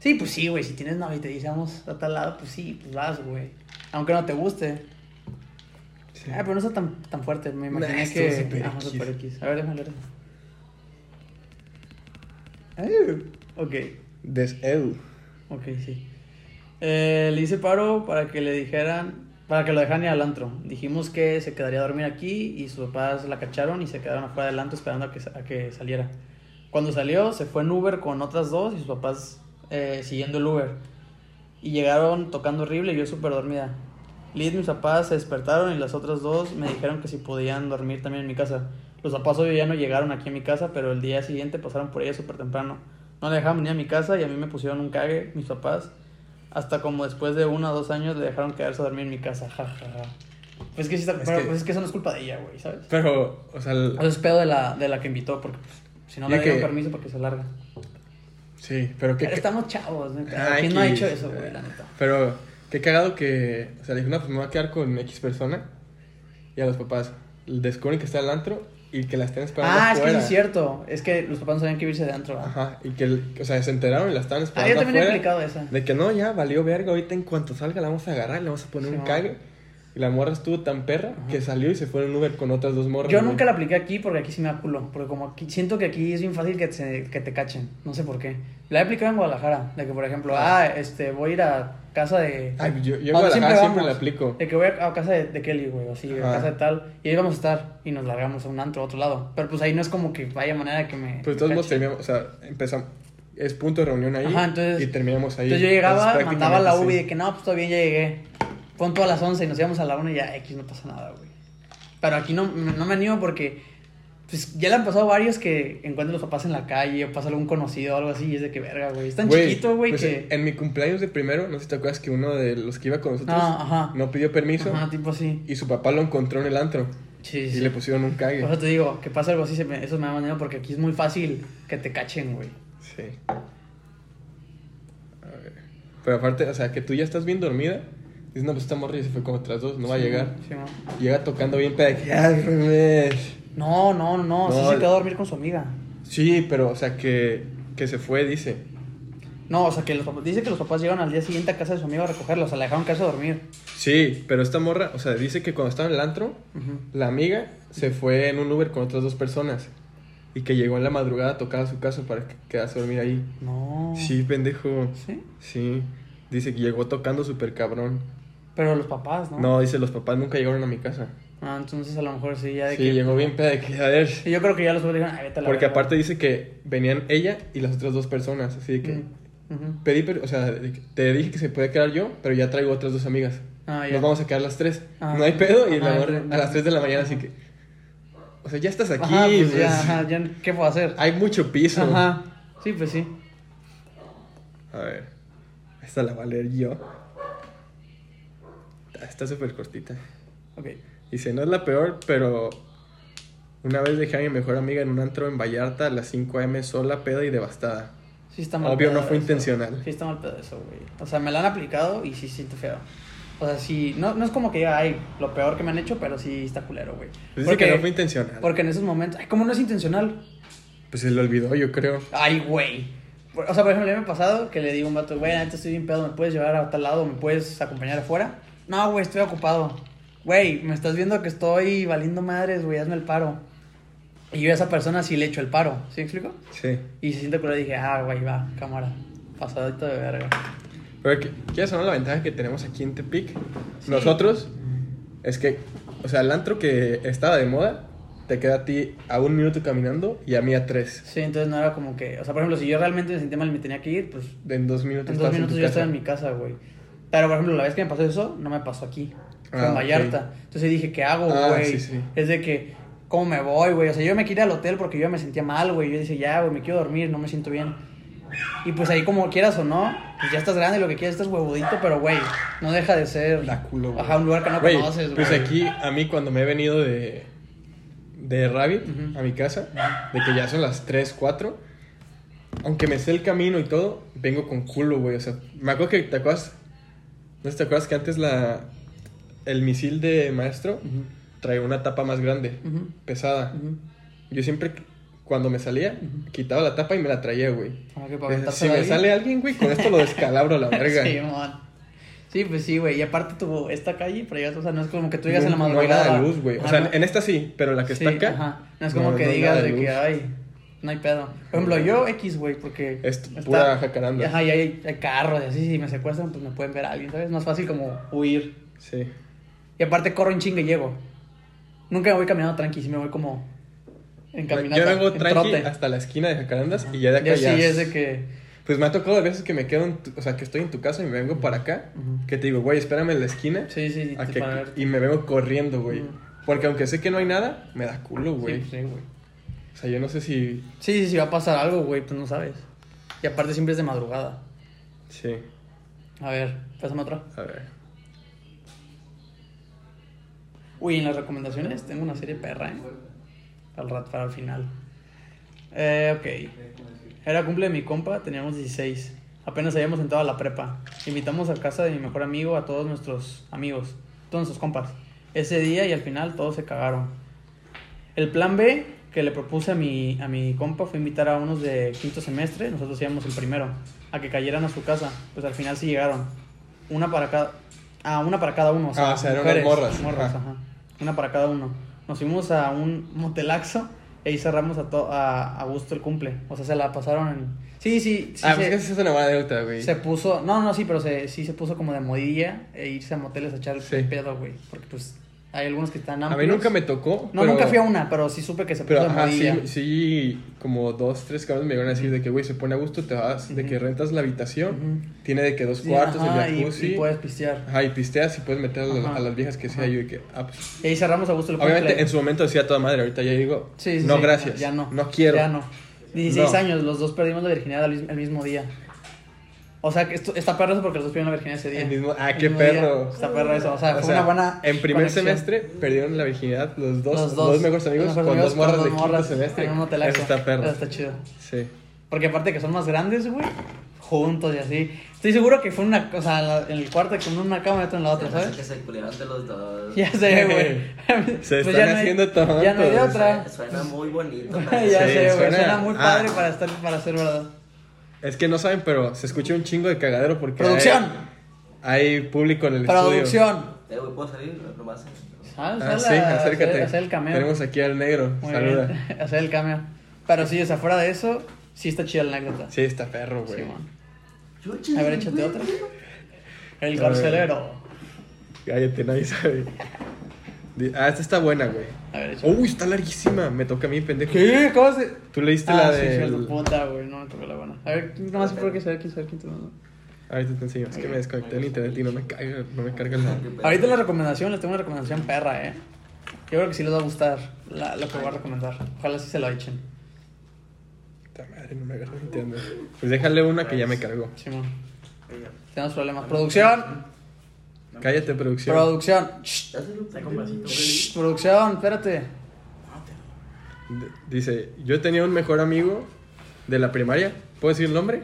Speaker 2: Sí, pues sí, güey, si tienes novia y te dice vamos a tal lado, pues sí, pues vas, güey. Aunque no te guste.
Speaker 1: Sí.
Speaker 2: Ah, pero no está tan, tan fuerte, me
Speaker 1: Nah,
Speaker 2: imaginé
Speaker 1: estuvo
Speaker 2: que...
Speaker 1: super
Speaker 2: Ajá,
Speaker 1: X.
Speaker 2: super X. A ver, déjame leer. Ay, Ah, ok,
Speaker 1: Des Edu.
Speaker 2: ok, sí. Eh, le hice paro para que le dijeran... Para que lo dejaran ir al antro. Dijimos que se quedaría a dormir aquí y sus papás la cacharon y se quedaron afuera del antro esperando a que, sa- a que saliera. Cuando salió, se fue en Uber con otras dos y sus papás eh, siguiendo el Uber. Y llegaron tocando horrible y yo súper dormida. Liz, mis papás se despertaron y las otras dos me dijeron que si podían dormir también en mi casa. Los papás obvio ya no llegaron aquí a mi casa, pero el día siguiente pasaron por ella súper temprano. No le dejaban venir a mi casa y a mí me pusieron un cague, mis papás. Hasta como después de uno o dos años le dejaron quedarse a dormir en mi casa, jajaja. Pues que sí está-
Speaker 1: Es
Speaker 2: pero
Speaker 1: que-
Speaker 2: pues es que eso no es culpa de ella, güey, ¿sabes?
Speaker 1: Pero, o sea, el-
Speaker 2: O sea, es pedo de la, de la que invitó, porque pues, si no le
Speaker 1: Ya que-
Speaker 2: dieron permiso para que se larga.
Speaker 1: sí, pero qué.
Speaker 2: Pero estamos chavos, neta.
Speaker 1: Ay,
Speaker 2: ¿Quién no ha
Speaker 1: que-
Speaker 2: hecho eso, güey,
Speaker 1: eh,
Speaker 2: la neta?
Speaker 1: Pero, qué cagado que. O sea, le dije, no, pues me voy a quedar con X persona. Y a los papás descubren que está el antro y que la están esperando.
Speaker 2: Ah, es que
Speaker 1: afuera.
Speaker 2: sí es cierto. Es que los papás no sabían que irse de antro. ¿verdad?
Speaker 1: Ajá, y que, el- o sea, se enteraron y la estaban
Speaker 2: Ah, yo
Speaker 1: esperando.
Speaker 2: también he
Speaker 1: afuera,
Speaker 2: aplicado esa.
Speaker 1: De que no, ya valió verga. Ahorita en cuanto salga la vamos a agarrar, le vamos a poner
Speaker 2: Sí,
Speaker 1: un
Speaker 2: no.
Speaker 1: cague. Y la morra estuvo tan perra
Speaker 2: Ajá.
Speaker 1: que salió y se fue en Uber con otras dos morras.
Speaker 2: Yo
Speaker 1: güey.
Speaker 2: nunca la apliqué aquí porque aquí sí me da culo. Porque como aquí, siento que aquí es bien fácil que, se- que te cachen. No sé por qué. La he aplicado en Guadalajara. De que, por ejemplo, ah, este, voy a ir a casa de.
Speaker 1: Ay, yo, yo en
Speaker 2: Ah,
Speaker 1: Guadalajara siempre
Speaker 2: vamos.
Speaker 1: la aplico.
Speaker 2: De que voy a, a casa de, de Kelly, güey, o así, a
Speaker 1: Ajá.
Speaker 2: casa de tal. Y ahí vamos a estar. Y nos largamos a un antro a otro lado. Pero pues ahí no es como que vaya manera de que me.
Speaker 1: Pues de
Speaker 2: me
Speaker 1: todos modos
Speaker 2: cachen.
Speaker 1: terminamos, o sea, empezamos. Es punto de reunión ahí.
Speaker 2: Ajá, entonces-
Speaker 1: y terminamos ahí.
Speaker 2: Entonces yo llegaba,
Speaker 1: Entonces,
Speaker 2: mandaba la
Speaker 1: prácticamente
Speaker 2: UBI
Speaker 1: sí.
Speaker 2: de que no, pues todo bien, ya llegué. Pon todas las 11 y nos íbamos a la 1 y ya X no pasa nada, güey. Pero aquí no, no me animo porque pues ya le han pasado varios que encuentran los papás en la calle o pasa algún conocido o algo así y es de que verga, güey. Es tan
Speaker 1: Güey,
Speaker 2: chiquito, güey,
Speaker 1: pues,
Speaker 2: que...
Speaker 1: En mi cumpleaños de primero, no sé si te acuerdas que uno de los que iba con nosotros
Speaker 2: Ah, ajá.
Speaker 1: no pidió permiso
Speaker 2: Ajá, tipo así.
Speaker 1: y su papá lo encontró en el antro
Speaker 2: Sí,
Speaker 1: y
Speaker 2: sí.
Speaker 1: le pusieron un cague.
Speaker 2: Por eso te digo, que pasa algo así, se me- eso me da miedo porque aquí es muy fácil que te cachen, güey.
Speaker 1: Sí. A ver. Pero aparte, o sea, que tú ya estás bien dormida Dice, no, pues esta morra ya se fue como tras dos, no va a
Speaker 2: Sí,
Speaker 1: llegar.
Speaker 2: sí, ma.
Speaker 1: Llega tocando bien peda que, "Ay, Remes".
Speaker 2: no, no, no, sí
Speaker 1: No,
Speaker 2: se
Speaker 1: el-
Speaker 2: quedó a dormir con su amiga.
Speaker 1: Sí, pero, o sea, que, que se fue, dice.
Speaker 2: No, o sea, que los papás, dice que los papás llegaron al día siguiente a casa de su amigo a recogerla, o sea, la dejaron en casa a dormir.
Speaker 1: Sí, pero esta morra, o sea, dice que cuando estaba en el antro,
Speaker 2: Ujú.
Speaker 1: la amiga se fue en un Uber con otras dos personas. Y que llegó en la madrugada a tocar a su casa para que quedase a dormir ahí.
Speaker 2: No.
Speaker 1: Sí, pendejo.
Speaker 2: ¿Sí?
Speaker 1: Sí. Dice que llegó tocando súper cabrón.
Speaker 2: Pero los papás, ¿no?
Speaker 1: No, dice, los papás nunca llegaron a mi casa.
Speaker 2: Ah, entonces a lo mejor sí, ya de
Speaker 1: Sí,
Speaker 2: que.
Speaker 1: llegó bien peda de que, a ver.
Speaker 2: Y yo creo que ya los papás dijeron, ay, vete a la
Speaker 1: Porque
Speaker 2: verga".
Speaker 1: aparte dice que venían ella y las otras dos personas. Así de que
Speaker 2: Mm, ujú.
Speaker 1: pedí, per- o sea, de que te dije que se puede quedar yo, pero ya traigo otras dos amigas.
Speaker 2: Ah, ya.
Speaker 1: Nos vamos a quedar las tres.
Speaker 2: Ah.
Speaker 1: no hay pedo. Y
Speaker 2: Ajá,
Speaker 1: la morra-
Speaker 2: no,
Speaker 1: a las
Speaker 2: no.
Speaker 1: 3 de la mañana, así que. O sea, ya estás aquí.
Speaker 2: Ajá, pues,
Speaker 1: pues. Ah,
Speaker 2: ya, ajá, ya, ¿qué puedo hacer?
Speaker 1: Hay mucho piso.
Speaker 2: Ajá. Sí, pues sí.
Speaker 1: A ver. Esta la va a leer yo. Está- Está súper cortita.
Speaker 2: Ok.
Speaker 1: Dice, no es la peor, pero una vez dejé a mi mejor amiga en un antro en Vallarta a las 5 am sola, peda y devastada.
Speaker 2: Sí está mal
Speaker 1: Obvio,
Speaker 2: pedo
Speaker 1: no fue
Speaker 2: eso.
Speaker 1: intencional.
Speaker 2: Sí está mal pedo eso, güey. O sea, me lo han aplicado y sí siento feo. O sea, sí, no, no es como que diga, ay, lo peor que me han hecho, pero sí está culero, güey.
Speaker 1: Pues Dice que no fue intencional.
Speaker 2: Porque en esos momentos, ay, como no es intencional.
Speaker 1: Pues se lo olvidó, yo creo.
Speaker 2: Ay, güey. Por- O sea, por ejemplo, el año pasado que le digo a un vato, güey, antes estoy bien pedo, ¿me puedes llevar a tal lado? ¿Me puedes acompañar afuera? No, güey, estoy ocupado. Güey, me estás viendo que estoy valiendo madres, güey, hazme el paro. Y yo a esa persona sí le echo el paro, ¿sí me explico?
Speaker 1: Sí.
Speaker 2: Y se siente culero y dije, ah, güey, va, cámara. Pasadito de verga.
Speaker 1: Pero que- ¿quieres saber la ventaja que tenemos aquí en Tepic? Nosotros, es que, o sea, el antro que estaba de moda, te queda a ti a un minuto caminando y a mí a tres.
Speaker 2: Sí, entonces no era como que. O sea, por ejemplo, si yo realmente me sentía mal y me tenía que ir, pues
Speaker 1: En dos minutos
Speaker 2: en dos
Speaker 1: estás
Speaker 2: minutos
Speaker 1: tu
Speaker 2: yo
Speaker 1: casa.
Speaker 2: estaba en mi casa, güey. Pero por ejemplo, la vez que me pasó eso, no me pasó aquí. Fue
Speaker 1: Ah,
Speaker 2: en
Speaker 1: ok.
Speaker 2: Vallarta. Entonces dije, ¿qué hago,
Speaker 1: Ah,
Speaker 2: güey?
Speaker 1: sí, sí.
Speaker 2: Es de que, ¿cómo me voy, güey? O sea, yo me quería ir al hotel porque yo ya me sentía mal, güey. Yo dije, ya, güey, me quiero dormir, no me siento bien. Y pues ahí, como quieras o no, pues ya estás grande, lo que quieras, estás huevudito, pero güey, no deja de ser.
Speaker 1: Da culo, güey.
Speaker 2: Ajá, un lugar que no
Speaker 1: Güey,
Speaker 2: conoces, güey.
Speaker 1: Pues aquí, a mí cuando me he venido de, de Rabbit
Speaker 2: Ujú.
Speaker 1: a mi casa, de que ya son las 3, 4, aunque me sé el camino y todo, vengo con culo, güey. O sea, me acuerdo que te acuerdas, no sé si te acuerdas que antes la, el misil de maestro
Speaker 2: Ujú,
Speaker 1: traía una tapa más grande,
Speaker 2: ujú,
Speaker 1: pesada.
Speaker 2: ujú.
Speaker 1: Yo siempre, cuando me salía,
Speaker 2: Ujú.
Speaker 1: quitaba la tapa y me la traía, güey. Eh,
Speaker 2: Como que para
Speaker 1: Pues, Si
Speaker 2: aventársela a
Speaker 1: me
Speaker 2: alguien.
Speaker 1: sale alguien, güey, con esto lo descalabro a la verga.
Speaker 2: Sí, mon. Sí, pues sí, güey. Y aparte tu, esta calle, para llegar, o sea, no es como que tú llegas
Speaker 1: no,
Speaker 2: en la
Speaker 1: no hay
Speaker 2: madrugada.
Speaker 1: nada de luz, güey. O
Speaker 2: Ajá,
Speaker 1: sea,
Speaker 2: no-
Speaker 1: en esta sí, pero la que está
Speaker 2: sí,
Speaker 1: acá.
Speaker 2: ajá. No es como
Speaker 1: no,
Speaker 2: que
Speaker 1: no hay
Speaker 2: digas
Speaker 1: nada
Speaker 2: de,
Speaker 1: de
Speaker 2: que,
Speaker 1: luz.
Speaker 2: ay, no hay pedo. Por ejemplo, yo X, güey, porque...
Speaker 1: Es
Speaker 2: está-
Speaker 1: pura jacaranda.
Speaker 2: Ajá, y hay, hay carros y así, si me secuestran, pues me pueden ver a alguien, ¿sabes? Es más fácil como huir.
Speaker 1: Sí.
Speaker 2: Y aparte corro en chinga y llego. Nunca me voy caminando tranqui, sí me voy como en caminata,
Speaker 1: Yo vengo
Speaker 2: en
Speaker 1: tranqui
Speaker 2: trote.
Speaker 1: hasta la esquina de Jacarandas y ya de acá
Speaker 2: Yo sí
Speaker 1: ya.
Speaker 2: es de que...
Speaker 1: Pues me ha tocado a veces que me quedo, en tu- o sea, que estoy en tu casa y me vengo para acá,
Speaker 2: Ujú.
Speaker 1: que te digo, güey, espérame en la esquina
Speaker 2: Sí, sí,
Speaker 1: a
Speaker 2: te-
Speaker 1: que-
Speaker 2: para ver.
Speaker 1: y me vengo corriendo, güey.
Speaker 2: Ujú.
Speaker 1: Porque aunque sé que no hay nada, me da culo, güey.
Speaker 2: Sí, pues sí, güey.
Speaker 1: O sea, yo no sé si.
Speaker 2: Sí, sí, sí, va a pasar algo, güey, pues no sabes. Y aparte siempre es de madrugada.
Speaker 1: Sí,
Speaker 2: A ver, pásame otra.
Speaker 1: a ver.
Speaker 2: Uy, en las recomendaciones tengo una serie perra, ¿eh? Al rato, para el final. Eh, ok. Era cumple de mi compa, teníamos 16. Apenas habíamos entrado a la prepa. Invitamos a casa de mi mejor amigo a todos nuestros amigos, todos nuestros compas. Ese día y al final todos se cagaron. El plan B que le propuse a mi, a mi compa fue invitar a unos de quinto semestre, nosotros íbamos el primero, a que cayeran a su casa. Pues al final sí llegaron. Una para cada... Ah, una para cada uno.
Speaker 1: Ah, o sea, eran unas morras. Ajá.
Speaker 2: ajá. Una para cada uno. Nos fuimos a un motelaxo y ahí cerramos a, to- a, a gusto el cumple. O sea, se la pasaron en... Sí, sí, sí.
Speaker 1: ah,
Speaker 2: se-
Speaker 1: pues que esa es una buena deuda, güey.
Speaker 2: se puso, no, no, sí, pero se, sí se puso como de modilla e irse a moteles a echar el
Speaker 1: Sí.
Speaker 2: pedo, güey. Porque pues hay algunos que están
Speaker 1: A
Speaker 2: amplios.
Speaker 1: mí nunca me tocó.
Speaker 2: No,
Speaker 1: pero-
Speaker 2: nunca fui a una, pero sí supe que se puso
Speaker 1: Pero
Speaker 2: de
Speaker 1: ajá, sí,
Speaker 2: modilla.
Speaker 1: sí, como dos, tres cabrones me llegaron a decir de que, güey, se pone a gusto, te vas, de que
Speaker 2: Ujú.
Speaker 1: rentas la habitación,
Speaker 2: Ujú.
Speaker 1: tiene de que dos
Speaker 2: Sí,
Speaker 1: cuartos,
Speaker 2: ajá,
Speaker 1: el
Speaker 2: y-
Speaker 1: jacuzzi.
Speaker 2: Y, puedes pistear.
Speaker 1: Ajá, y pisteas y puedes meter a, la-
Speaker 2: Ajá.
Speaker 1: a las viejas que sea
Speaker 2: Ajá.
Speaker 1: yo y que, ah, pues.
Speaker 2: Y ahí cerramos a gusto el cumple.
Speaker 1: Obviamente en su momento decía toda madre, ahorita ya digo,
Speaker 2: Sí, sí,
Speaker 1: no,
Speaker 2: sí,
Speaker 1: gracias.
Speaker 2: Ya no.
Speaker 1: No quiero.
Speaker 2: Ya no. 16
Speaker 1: No.
Speaker 2: años, los dos perdimos la virginidad al mis- el mismo día. O sea, que esto, está perro eso porque los dos perdieron la virginidad ese día.
Speaker 1: El mismo- ah,
Speaker 2: El
Speaker 1: qué
Speaker 2: mismo día.
Speaker 1: perro.
Speaker 2: Está perro eso. O sea,
Speaker 1: O
Speaker 2: fue
Speaker 1: sea,
Speaker 2: una buena.
Speaker 1: En primer
Speaker 2: conexión.
Speaker 1: semestre perdieron la virginidad los dos,
Speaker 2: Los
Speaker 1: los dos, mejores amigos
Speaker 2: los
Speaker 1: con
Speaker 2: mejores
Speaker 1: dos morras
Speaker 2: con
Speaker 1: de
Speaker 2: dos
Speaker 1: quinto
Speaker 2: morras
Speaker 1: semestre.
Speaker 2: en un
Speaker 1: Eso
Speaker 2: hotelazo.
Speaker 1: está perro.
Speaker 2: Eso está chido.
Speaker 1: Sí.
Speaker 2: Porque aparte que son más grandes, güey. juntos y así. Estoy seguro que fue una, o sea, en la- en el cuarto que uno en una cama y otro en la otra,
Speaker 3: Se me hace
Speaker 2: ¿sabes?
Speaker 3: que se culiaron de los dos.
Speaker 2: Ya sé, güey.
Speaker 1: Se
Speaker 2: Pues
Speaker 1: están
Speaker 2: ya no hay-
Speaker 1: haciendo tontos.
Speaker 2: Ya no hay de otra.
Speaker 3: Suena, suena muy bonito.
Speaker 2: ya
Speaker 3: pero-
Speaker 1: Sí,
Speaker 2: sé, güey. Suena,
Speaker 1: suena-
Speaker 2: muy
Speaker 1: ah.
Speaker 2: padre para, estar, para ser verdad.
Speaker 1: Es que no saben, pero se escucha un chingo de cagadero porque.
Speaker 2: Producción.
Speaker 1: Hay, hay público en el estudio.
Speaker 2: Producción.
Speaker 3: Eh, güey, ¿puedo salir? Nomás.
Speaker 2: Ah,
Speaker 1: Ah,
Speaker 2: sal
Speaker 1: sí,
Speaker 2: a-
Speaker 1: acércate.
Speaker 2: Hacer, hacer el cameo.
Speaker 1: Tenemos aquí al negro.
Speaker 2: Muy
Speaker 1: Saluda.
Speaker 2: bien. hacer el cameo. Pero sí, o sea, fuera de eso, sí está chida la anécdota.
Speaker 1: Sí, está perro, güey.
Speaker 2: Simón.
Speaker 3: Chuchis,
Speaker 2: A ver, échate
Speaker 3: güey.
Speaker 2: otra. El
Speaker 1: A ver.
Speaker 2: carcelero.
Speaker 1: Cállate, nadie sabe. Di- Ah, esta está buena, güey.
Speaker 2: A ver, échate.
Speaker 1: Uy, está larguísima. Me toca a mí, pendejo.
Speaker 2: ¿Qué? ¿Cómo se...?
Speaker 1: Tú leíste
Speaker 2: Ah,
Speaker 1: la
Speaker 2: sí,
Speaker 1: de.
Speaker 2: cierto, puta, güey, no me tocó la buena. A ver, nomás porque saber quién saber quién te mandó.
Speaker 1: Ahorita te enseño. Es que me desconecté el internet y no me carga, no me carga la.
Speaker 2: Ahorita la recomendación, les tengo una recomendación perra, eh. Yo creo que sí les va a gustar la, lo que voy a recomendar. Ojalá sí se lo echen.
Speaker 1: Puta madre, no me agarra el internet. Pues déjale una que ya me cargó.
Speaker 2: Simón, tenemos problemas. Producción,
Speaker 1: Cállate, producción.
Speaker 2: producción, Shh, shh, producción, espérate.
Speaker 1: D- Dice, yo tenía un mejor amigo de la primaria. ¿Puedo decir el nombre?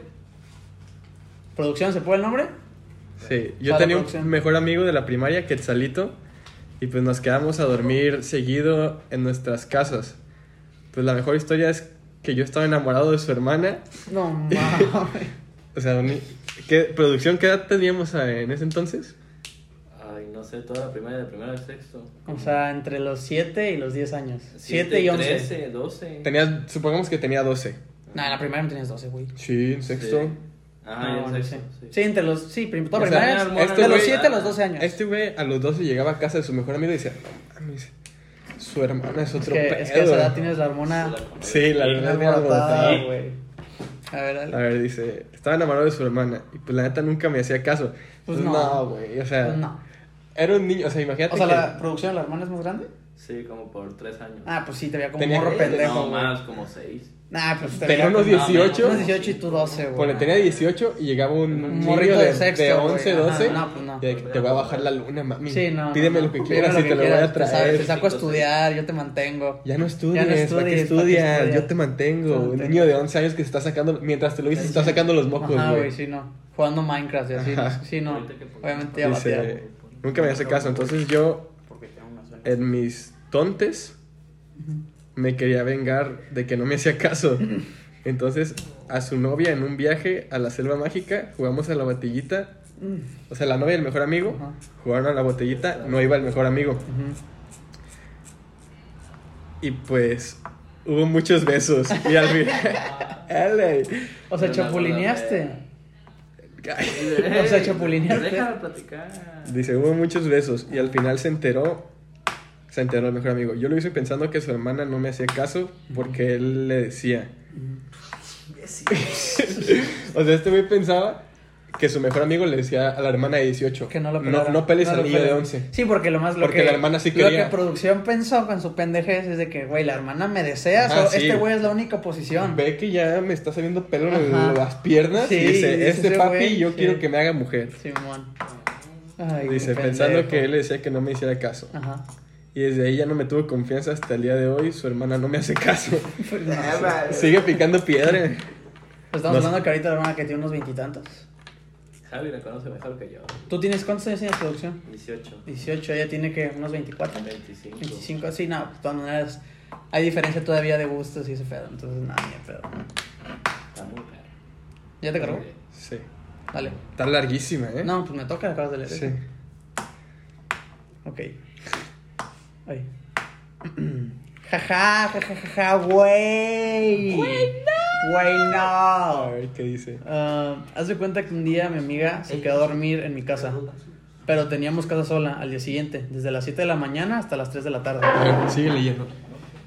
Speaker 2: Producción, ¿se puede el nombre?
Speaker 1: Sí, yo
Speaker 2: Para
Speaker 1: tenía
Speaker 2: producción.
Speaker 1: un mejor amigo de la primaria, Quetzalito, y pues nos quedamos a dormir seguido en nuestras casas. Pues la mejor historia es que yo estaba enamorado de su hermana.
Speaker 2: No mames.
Speaker 1: O sea, ni- ¿qué producción qué edad teníamos eh, en ese entonces?
Speaker 4: Ay, no sé, toda la primera, de primera al sexto.
Speaker 2: O sea, entre los 7 y los 10 años. 7
Speaker 4: Siete,
Speaker 2: y 11.
Speaker 4: 13, 12.
Speaker 1: Tenías, supongamos que tenía 12.
Speaker 2: No, en la primera no tenías 12, güey.
Speaker 1: Sí, en sexto.
Speaker 4: Sí.
Speaker 1: Ah,
Speaker 4: Ajá,
Speaker 2: No,
Speaker 4: y
Speaker 2: no
Speaker 4: el
Speaker 2: sé.
Speaker 4: sexto. Sí.
Speaker 2: Sí, entre los. Sí, prim- toda
Speaker 1: O sea,
Speaker 2: primaria es-
Speaker 4: hormonas,
Speaker 1: este
Speaker 2: De los
Speaker 1: güey-
Speaker 2: 7 a los 12 años.
Speaker 1: Este güey a los 12 llegaba a casa de su mejor amigo y decía, no mames, su hermana es
Speaker 2: es,
Speaker 1: otro
Speaker 2: que, es que a esa
Speaker 1: pedo".
Speaker 2: edad tienes la hormona.
Speaker 1: Sí, la
Speaker 2: bien
Speaker 1: verdad es
Speaker 2: alborotada,
Speaker 1: alborotada.
Speaker 2: güey. A ver, dale.
Speaker 1: A ver, dice, estaba enamorado de su hermana y pues la neta nunca me hacía caso. Pues
Speaker 2: Pues no.
Speaker 1: no, güey, o sea,
Speaker 2: Pues no.
Speaker 1: era un niño, o sea, imagínate
Speaker 2: O sea,
Speaker 1: que
Speaker 2: la producción de la hermana es más grande.
Speaker 4: Sí, como por tres años.
Speaker 2: Ah, pues sí, te veía como un
Speaker 1: Tenía
Speaker 2: morro
Speaker 1: que-
Speaker 2: pendejo.
Speaker 4: no,
Speaker 2: güey.
Speaker 4: más, como seis.
Speaker 2: Nah, pues te
Speaker 1: Tenía
Speaker 2: veía
Speaker 1: unos
Speaker 2: como-
Speaker 1: 18.
Speaker 2: Unos 18 y tú 12, güey.
Speaker 1: ponle, tenía 18 y llegaba un,
Speaker 2: Ah. Un
Speaker 1: niño
Speaker 2: morrito de
Speaker 1: de,
Speaker 2: sexto,
Speaker 1: de
Speaker 2: güey.
Speaker 1: 11,
Speaker 2: Ajá,
Speaker 1: 12
Speaker 2: no, pues no.
Speaker 1: y de que te voy a bajar la luna, mami.
Speaker 2: Sí, no.
Speaker 1: Pídeme lo
Speaker 2: no, no.
Speaker 1: que
Speaker 2: Pídeme
Speaker 1: quieras
Speaker 2: lo
Speaker 1: y
Speaker 2: que
Speaker 1: te lo voy
Speaker 2: quieras,
Speaker 1: a
Speaker 2: tú sabes, Te
Speaker 1: traer.
Speaker 2: saco a estudiar, yo te mantengo.
Speaker 1: Ya no estudies, ya no estudies, ¿para qué
Speaker 2: ¿para qué
Speaker 1: estudias?
Speaker 2: estudias?
Speaker 1: Yo te mantengo.
Speaker 2: Te
Speaker 1: un
Speaker 2: mantengo.
Speaker 1: niño de 11 años que se está sacando, mientras te lo dices, se está sacando los mocos,
Speaker 2: Ajá,
Speaker 1: güey.
Speaker 2: güey, sí, no. Jugando Minecraft y así.
Speaker 1: Ajá.
Speaker 2: Sí, no.
Speaker 4: Ahorita que pongo-
Speaker 2: Obviamente ya batea.
Speaker 1: Dice, nunca me hace caso. Entonces yo, en mis tontes, me quería vengar de que no me hacía caso. Entonces, a su novia en un viaje a la selva mágica, jugamos a la botellita. O sea, la novia y el mejor amigo
Speaker 2: Ajá.
Speaker 1: jugaron a la botellita, no iba el mejor amigo. Y pues, hubo muchos besos. Y al final. Ele.
Speaker 2: O sea,
Speaker 4: Pero no,
Speaker 2: chapulineaste.
Speaker 4: O
Speaker 2: sea, chapulineaste.
Speaker 4: Déjala platicar.
Speaker 1: Dice, hubo muchos besos y al final se enteró, se enteró el mejor amigo. Yo lo hice pensando que su hermana no me hacía caso porque él le decía. o sea, este güey pensaba que su mejor amigo le decía a la hermana de 18.
Speaker 2: Que no lo
Speaker 1: no,
Speaker 2: pelaran.
Speaker 1: no peles
Speaker 2: lo
Speaker 1: al niño de
Speaker 2: pelaran.
Speaker 1: 11.
Speaker 2: Sí, porque lo más lo
Speaker 1: Porque
Speaker 2: que,
Speaker 1: la hermana sí
Speaker 2: Lo
Speaker 1: quería.
Speaker 2: que producción pensó con su pendejez es de que, güey, la hermana me desea,
Speaker 1: Ajá,
Speaker 2: so-
Speaker 1: sí.
Speaker 2: este güey es la única posición.
Speaker 1: Ve que ya me está saliendo pelo
Speaker 2: Ajá.
Speaker 1: en las piernas.
Speaker 2: Sí,
Speaker 1: y dice,
Speaker 2: dice
Speaker 1: este
Speaker 2: ese
Speaker 1: papi
Speaker 2: güey,
Speaker 1: yo
Speaker 2: sí.
Speaker 1: quiero que me haga mujer.
Speaker 2: Simón. Ay,
Speaker 1: Dice,
Speaker 2: qué
Speaker 1: pensando
Speaker 2: pendejo.
Speaker 1: que él le decía que no me hiciera caso.
Speaker 2: Ajá.
Speaker 1: Y desde ahí ya no me tuvo confianza hasta el día de hoy. Su hermana no me hace caso.
Speaker 2: Pues no.
Speaker 3: Ah, vale.
Speaker 1: Sigue picando piedra.
Speaker 2: Pues estamos
Speaker 1: Nos-
Speaker 2: hablando que ahorita la hermana que tiene unos veintitantos.
Speaker 4: Javi la conoce mejor que yo.
Speaker 2: ¿Tú tienes cuántos años tienes producción?
Speaker 4: 18,
Speaker 2: 18, ella tiene que unos 24.
Speaker 4: 25.
Speaker 2: 25, sí, no, de todas maneras hay diferencia todavía de gustos y ese pedo, entonces nada, ni de pedo.
Speaker 4: Está muy perro.
Speaker 2: ¿Ya te cargó?
Speaker 1: Sí.
Speaker 2: Dale.
Speaker 1: Está larguísima, ¿eh?
Speaker 2: No, pues me toca, acabas de leer.
Speaker 1: Sí.
Speaker 2: Ok. Ay. Jaja, jajaja, ja, güey. Güey, no. Güey,
Speaker 1: A
Speaker 2: no.
Speaker 1: ver qué dice.
Speaker 2: Ah, haz de cuenta que un día mi amiga se quedó a dormir en mi casa, pero teníamos casa sola al día siguiente, desde las 7 de la mañana hasta las 3 de la tarde.
Speaker 1: A ver, sigue leyendo.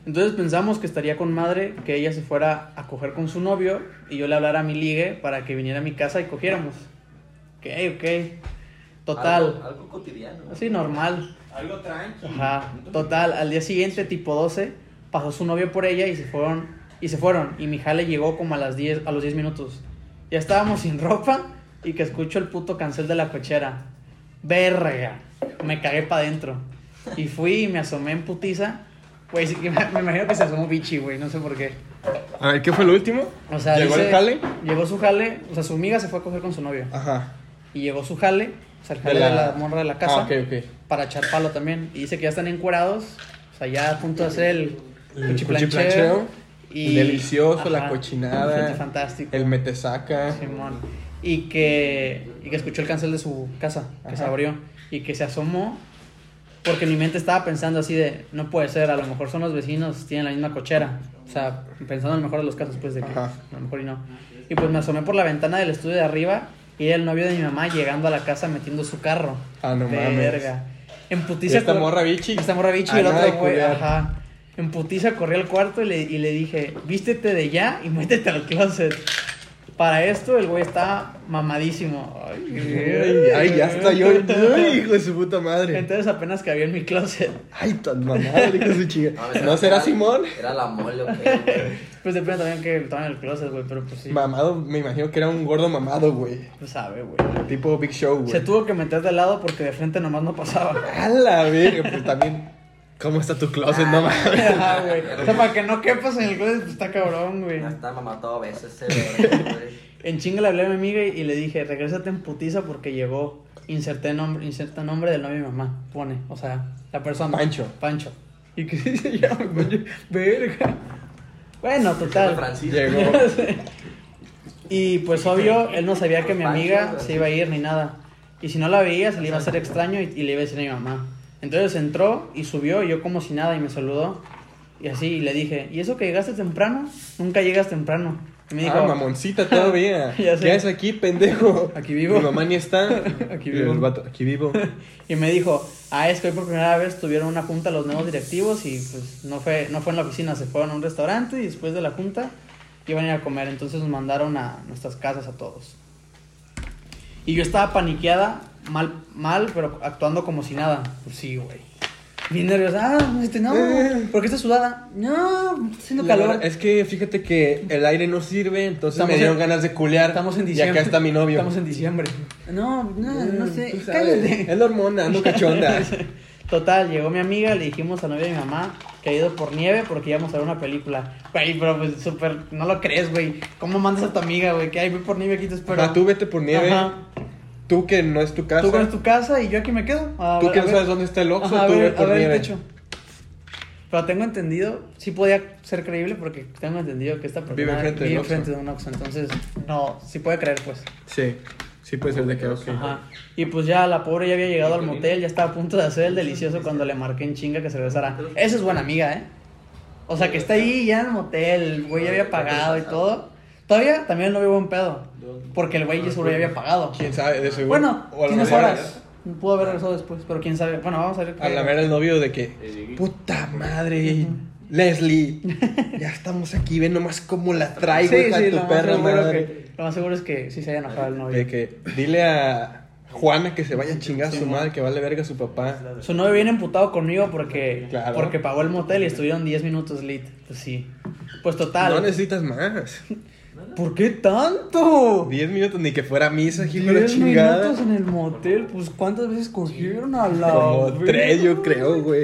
Speaker 2: Entonces pensamos que estaría con madre que ella se fuera a coger con su novio y yo le hablara a mi ligue para que viniera a mi casa y cogiéramos. Ok, ok.
Speaker 3: Algo,
Speaker 2: Total.
Speaker 3: algo cotidiano.
Speaker 2: Así normal.
Speaker 3: Algo tranqui.
Speaker 2: Ajá. Total, al día siguiente, tipo 12, pasó su novio por ella y se fueron. Y se fueron. Y mi jale llegó como a las 10, a los 10 minutos. Ya estábamos sin ropa y que escucho el puto cancel de la cochera. Verga. Me cagué para adentro. Y fui y me asomé en putiza. Güey, sí que me, me imagino que se asomó bichi, güey, no sé por qué.
Speaker 1: A ver, ¿qué fue lo último?
Speaker 2: O sea,
Speaker 1: ¿Llegó
Speaker 2: dice-
Speaker 1: el jale?
Speaker 2: Llegó su jale, o sea, su amiga se fue a coger con su novio.
Speaker 1: Ajá.
Speaker 2: Y llegó su jale, o sea, el
Speaker 1: De
Speaker 2: jale de la,
Speaker 1: la-
Speaker 2: morra de la casa,
Speaker 1: Ah, ok, ok.
Speaker 2: para echar palo también. Y dice que ya están encuerados, o sea, ya a punto de hacer el,
Speaker 1: El
Speaker 2: cuchiplancheo.
Speaker 1: cuchiplancheo,
Speaker 2: y,
Speaker 1: delicioso, la
Speaker 2: ajá,
Speaker 1: cochinada,
Speaker 2: frente fantástico.
Speaker 1: El metesaca.
Speaker 2: Simón. Y que, y que escuchó el cancel de su casa, que se
Speaker 1: Ajá.
Speaker 2: abrió. Y que se asomó. Porque mi mente estaba pensando así de, no puede ser, a lo mejor son los vecinos, tienen la misma cochera. O sea, pensando en el mejor de los casos, pues de que
Speaker 1: Ajá.
Speaker 2: a lo mejor y no. Y pues me asomé por la ventana del estudio de arriba y era el novio de mi mamá llegando a la casa metiendo su carro.
Speaker 1: Ah, no mames.
Speaker 2: Verga. En
Speaker 1: Y
Speaker 2: putiza
Speaker 1: esta
Speaker 2: cor-
Speaker 1: morra bichi.
Speaker 2: esta morra bichi
Speaker 1: Ah,
Speaker 2: y el
Speaker 1: nada de
Speaker 2: otro güey,
Speaker 1: culiar.
Speaker 2: ajá. En putiza corrí al cuarto y le, y le dije, vístete de ya y métete al closet. Para esto el güey está mamadísimo.
Speaker 1: Ay, ay, ya está yo. Ay, hijo de su puta madre.
Speaker 2: Entonces apenas cabía en mi closet.
Speaker 1: Ay, tan mamada, hijo de su
Speaker 3: No,
Speaker 1: chinga.
Speaker 3: mames,
Speaker 1: ¿No
Speaker 3: era-
Speaker 1: será
Speaker 3: era-
Speaker 1: Simón?
Speaker 3: Era la mole, ok, güey.
Speaker 2: Pues depende también que estaba en el closet, güey, pero pues sí.
Speaker 1: Mamado, me imagino que era un gordo mamado, güey.
Speaker 2: No sabe, güey.
Speaker 1: Tipo Big Show,
Speaker 2: Se
Speaker 1: güey.
Speaker 2: tuvo que meter de lado porque de frente nomás no pasaba.
Speaker 1: A la verga, pues también. ¿Cómo está tu closet? No mames.
Speaker 2: Ajá, güey. O sea, para que no quepas en el closet, pues está cabrón, güey.
Speaker 3: Ya
Speaker 1: Ah.
Speaker 3: está mamá todo beso ese, eh, güey.
Speaker 2: En chinga le hablé a mi amiga y, y le dije, regrésate en putiza porque llegó. Inserté nombre, inserta nombre del novio de mi mamá. Pone, o sea, la persona.
Speaker 1: Pancho.
Speaker 2: Pancho. ¿Y qué se llama? Pancho? Verga. Bueno,
Speaker 3: Fue
Speaker 2: total.
Speaker 3: Francisco.
Speaker 1: Llegó.
Speaker 2: Y pues obvio, él no sabía que mi amiga se iba a ir ni nada. Y si no la veía, se le iba a hacer extraño y, y le iba a decir a mi mamá. Entonces entró y subió, y yo como si nada, y me saludó. Y así, y le dije, ¿y eso que llegaste temprano? Nunca llegas temprano. Y me dijo,
Speaker 1: ah, mamoncita todavía.
Speaker 2: Ya
Speaker 1: ya
Speaker 2: sé.
Speaker 1: es aquí, pendejo.
Speaker 2: Aquí vivo.
Speaker 1: Mi mamá ni está.
Speaker 2: Aquí
Speaker 1: Y
Speaker 2: vivo.
Speaker 1: el vato, aquí vivo.
Speaker 2: Y me dijo, ah, es que hoy por primera vez tuvieron una junta los nuevos directivos y pues no fue, no fue en la oficina, se fueron a un restaurante y después de la junta iban a ir a comer, entonces nos mandaron a nuestras casas a todos. Y yo estaba paniqueada, mal, mal, pero actuando como si nada. Pues sí, güey. Bien nerviosa, ah, este, no,
Speaker 1: Eh.
Speaker 2: ¿por qué está sudada? No, está haciendo
Speaker 1: La
Speaker 2: calor.
Speaker 1: verdad, Es que fíjate que el aire no sirve, entonces
Speaker 2: Estamos
Speaker 1: me dieron
Speaker 2: en-
Speaker 1: ganas de culear.
Speaker 2: Estamos en
Speaker 1: Y
Speaker 2: diciembre.
Speaker 1: acá está mi novio. Eh,
Speaker 2: Estamos en diciembre. No, no, no sé,
Speaker 1: Mm, Tú sabes,
Speaker 2: cállate.
Speaker 1: Es la hormona, no cachonda.
Speaker 2: Total, llegó mi amiga, le dijimos a novia de mi mamá que ha ido por nieve porque íbamos a ver una película. Güey, pero pues súper, no lo crees, güey. ¿Cómo mandas a tu amiga, güey? Que ahí voy por nieve aquí te espero.
Speaker 1: Ajá, tú vete por nieve.
Speaker 2: Ajá.
Speaker 1: Tú que no es tu casa.
Speaker 2: Tú con tu casa y yo aquí me quedo. A
Speaker 1: Tú
Speaker 2: ver-
Speaker 1: que
Speaker 2: a
Speaker 1: no
Speaker 2: ver-
Speaker 1: sabes dónde está el Oxxo,
Speaker 2: Ajá, a
Speaker 1: tú ve
Speaker 2: ver,
Speaker 1: por
Speaker 2: a ver el
Speaker 1: nieve.
Speaker 2: techo. Pero tengo entendido, sí podía ser creíble porque tengo entendido que esta persona
Speaker 1: Vive enfrente del
Speaker 2: vive
Speaker 1: Oxxo.
Speaker 2: enfrente de un Oxxo. Entonces, no, sí puede creer, pues.
Speaker 1: Sí, sí puede ser de que ok.
Speaker 2: Ajá. Y pues ya la pobre ya había llegado al motel, ya estaba a punto de hacer el delicioso cuando le marqué en chinga que se regresara. Esa es buena amiga, ¿eh? O sea, que está ahí ya en el motel, güey, ya había pagado y todo. Todavía también no vio buen pedo, porque el güey ya seguro ya había pagado.
Speaker 1: ¿Quién sabe? De seguro.
Speaker 2: Bueno,
Speaker 1: O a lo
Speaker 2: unas
Speaker 1: mejor
Speaker 2: horas. Pudo haber regresado después, pero quién sabe. Bueno, vamos a ver.
Speaker 1: A
Speaker 2: qué-
Speaker 1: la mera el novio de que.
Speaker 4: Eh, llegué.
Speaker 1: Puta madre. Leslie, ya estamos aquí, ven nomás cómo la traigo,
Speaker 2: Sí,
Speaker 1: hija
Speaker 2: sí,
Speaker 1: de
Speaker 2: lo
Speaker 1: tu
Speaker 2: más
Speaker 1: perra
Speaker 2: seguro
Speaker 1: madre.
Speaker 2: que- Lo más seguro es que sí se haya enojado el novio.
Speaker 1: De que dile a Juana que se vaya a chingar a su madre, que vale verga a su papá.
Speaker 2: Su novio viene emputado conmigo porque,
Speaker 1: Claro.
Speaker 2: porque pagó el motel y estuvieron 10 minutos lit. Pues sí. Pues total.
Speaker 1: No necesitas más.
Speaker 2: ¿Por qué tanto?
Speaker 1: 10 minutos ni que fuera misa, hijo de la
Speaker 2: 10
Speaker 1: chingada.
Speaker 2: minutos en el motel, pues ¿cuántas veces cogieron a la
Speaker 1: Como
Speaker 2: verga?
Speaker 1: tres, yo creo, güey.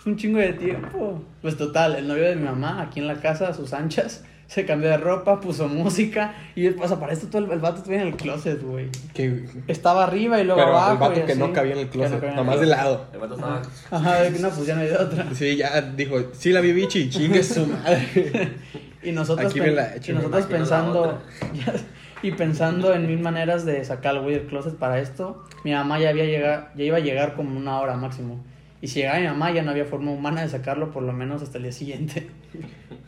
Speaker 2: Es un chingo de tiempo. Pues total, el novio de mi mamá, aquí en la casa, a sus anchas, se cambió de ropa, puso música y o sea, para esto todo el, el vato estuvo en el closet, güey.
Speaker 1: Que-
Speaker 2: Estaba arriba y luego
Speaker 1: Pero
Speaker 2: abajo.
Speaker 1: el vato
Speaker 2: y
Speaker 1: que no
Speaker 2: así.
Speaker 1: cabía en el
Speaker 2: Que no
Speaker 1: closet,
Speaker 2: cabía en el
Speaker 1: nomás de
Speaker 2: closet.
Speaker 1: lado.
Speaker 3: El vato estaba.
Speaker 2: Ajá, de que no, pues ya no hay de otra.
Speaker 1: Sí, ya dijo, sí la vi bichi, chingue su madre.
Speaker 2: Y nosotros,
Speaker 1: Aquí
Speaker 2: pen-
Speaker 1: me la echo,
Speaker 2: y
Speaker 1: me
Speaker 2: nosotros
Speaker 3: imagino la
Speaker 2: pensando y pensando en mil maneras de sacar al güey del closet para esto, mi mamá ya había llegado, ya iba a llegar como una hora máximo. Y si llegaba mi mamá ya no había forma humana de sacarlo por lo menos hasta el día siguiente.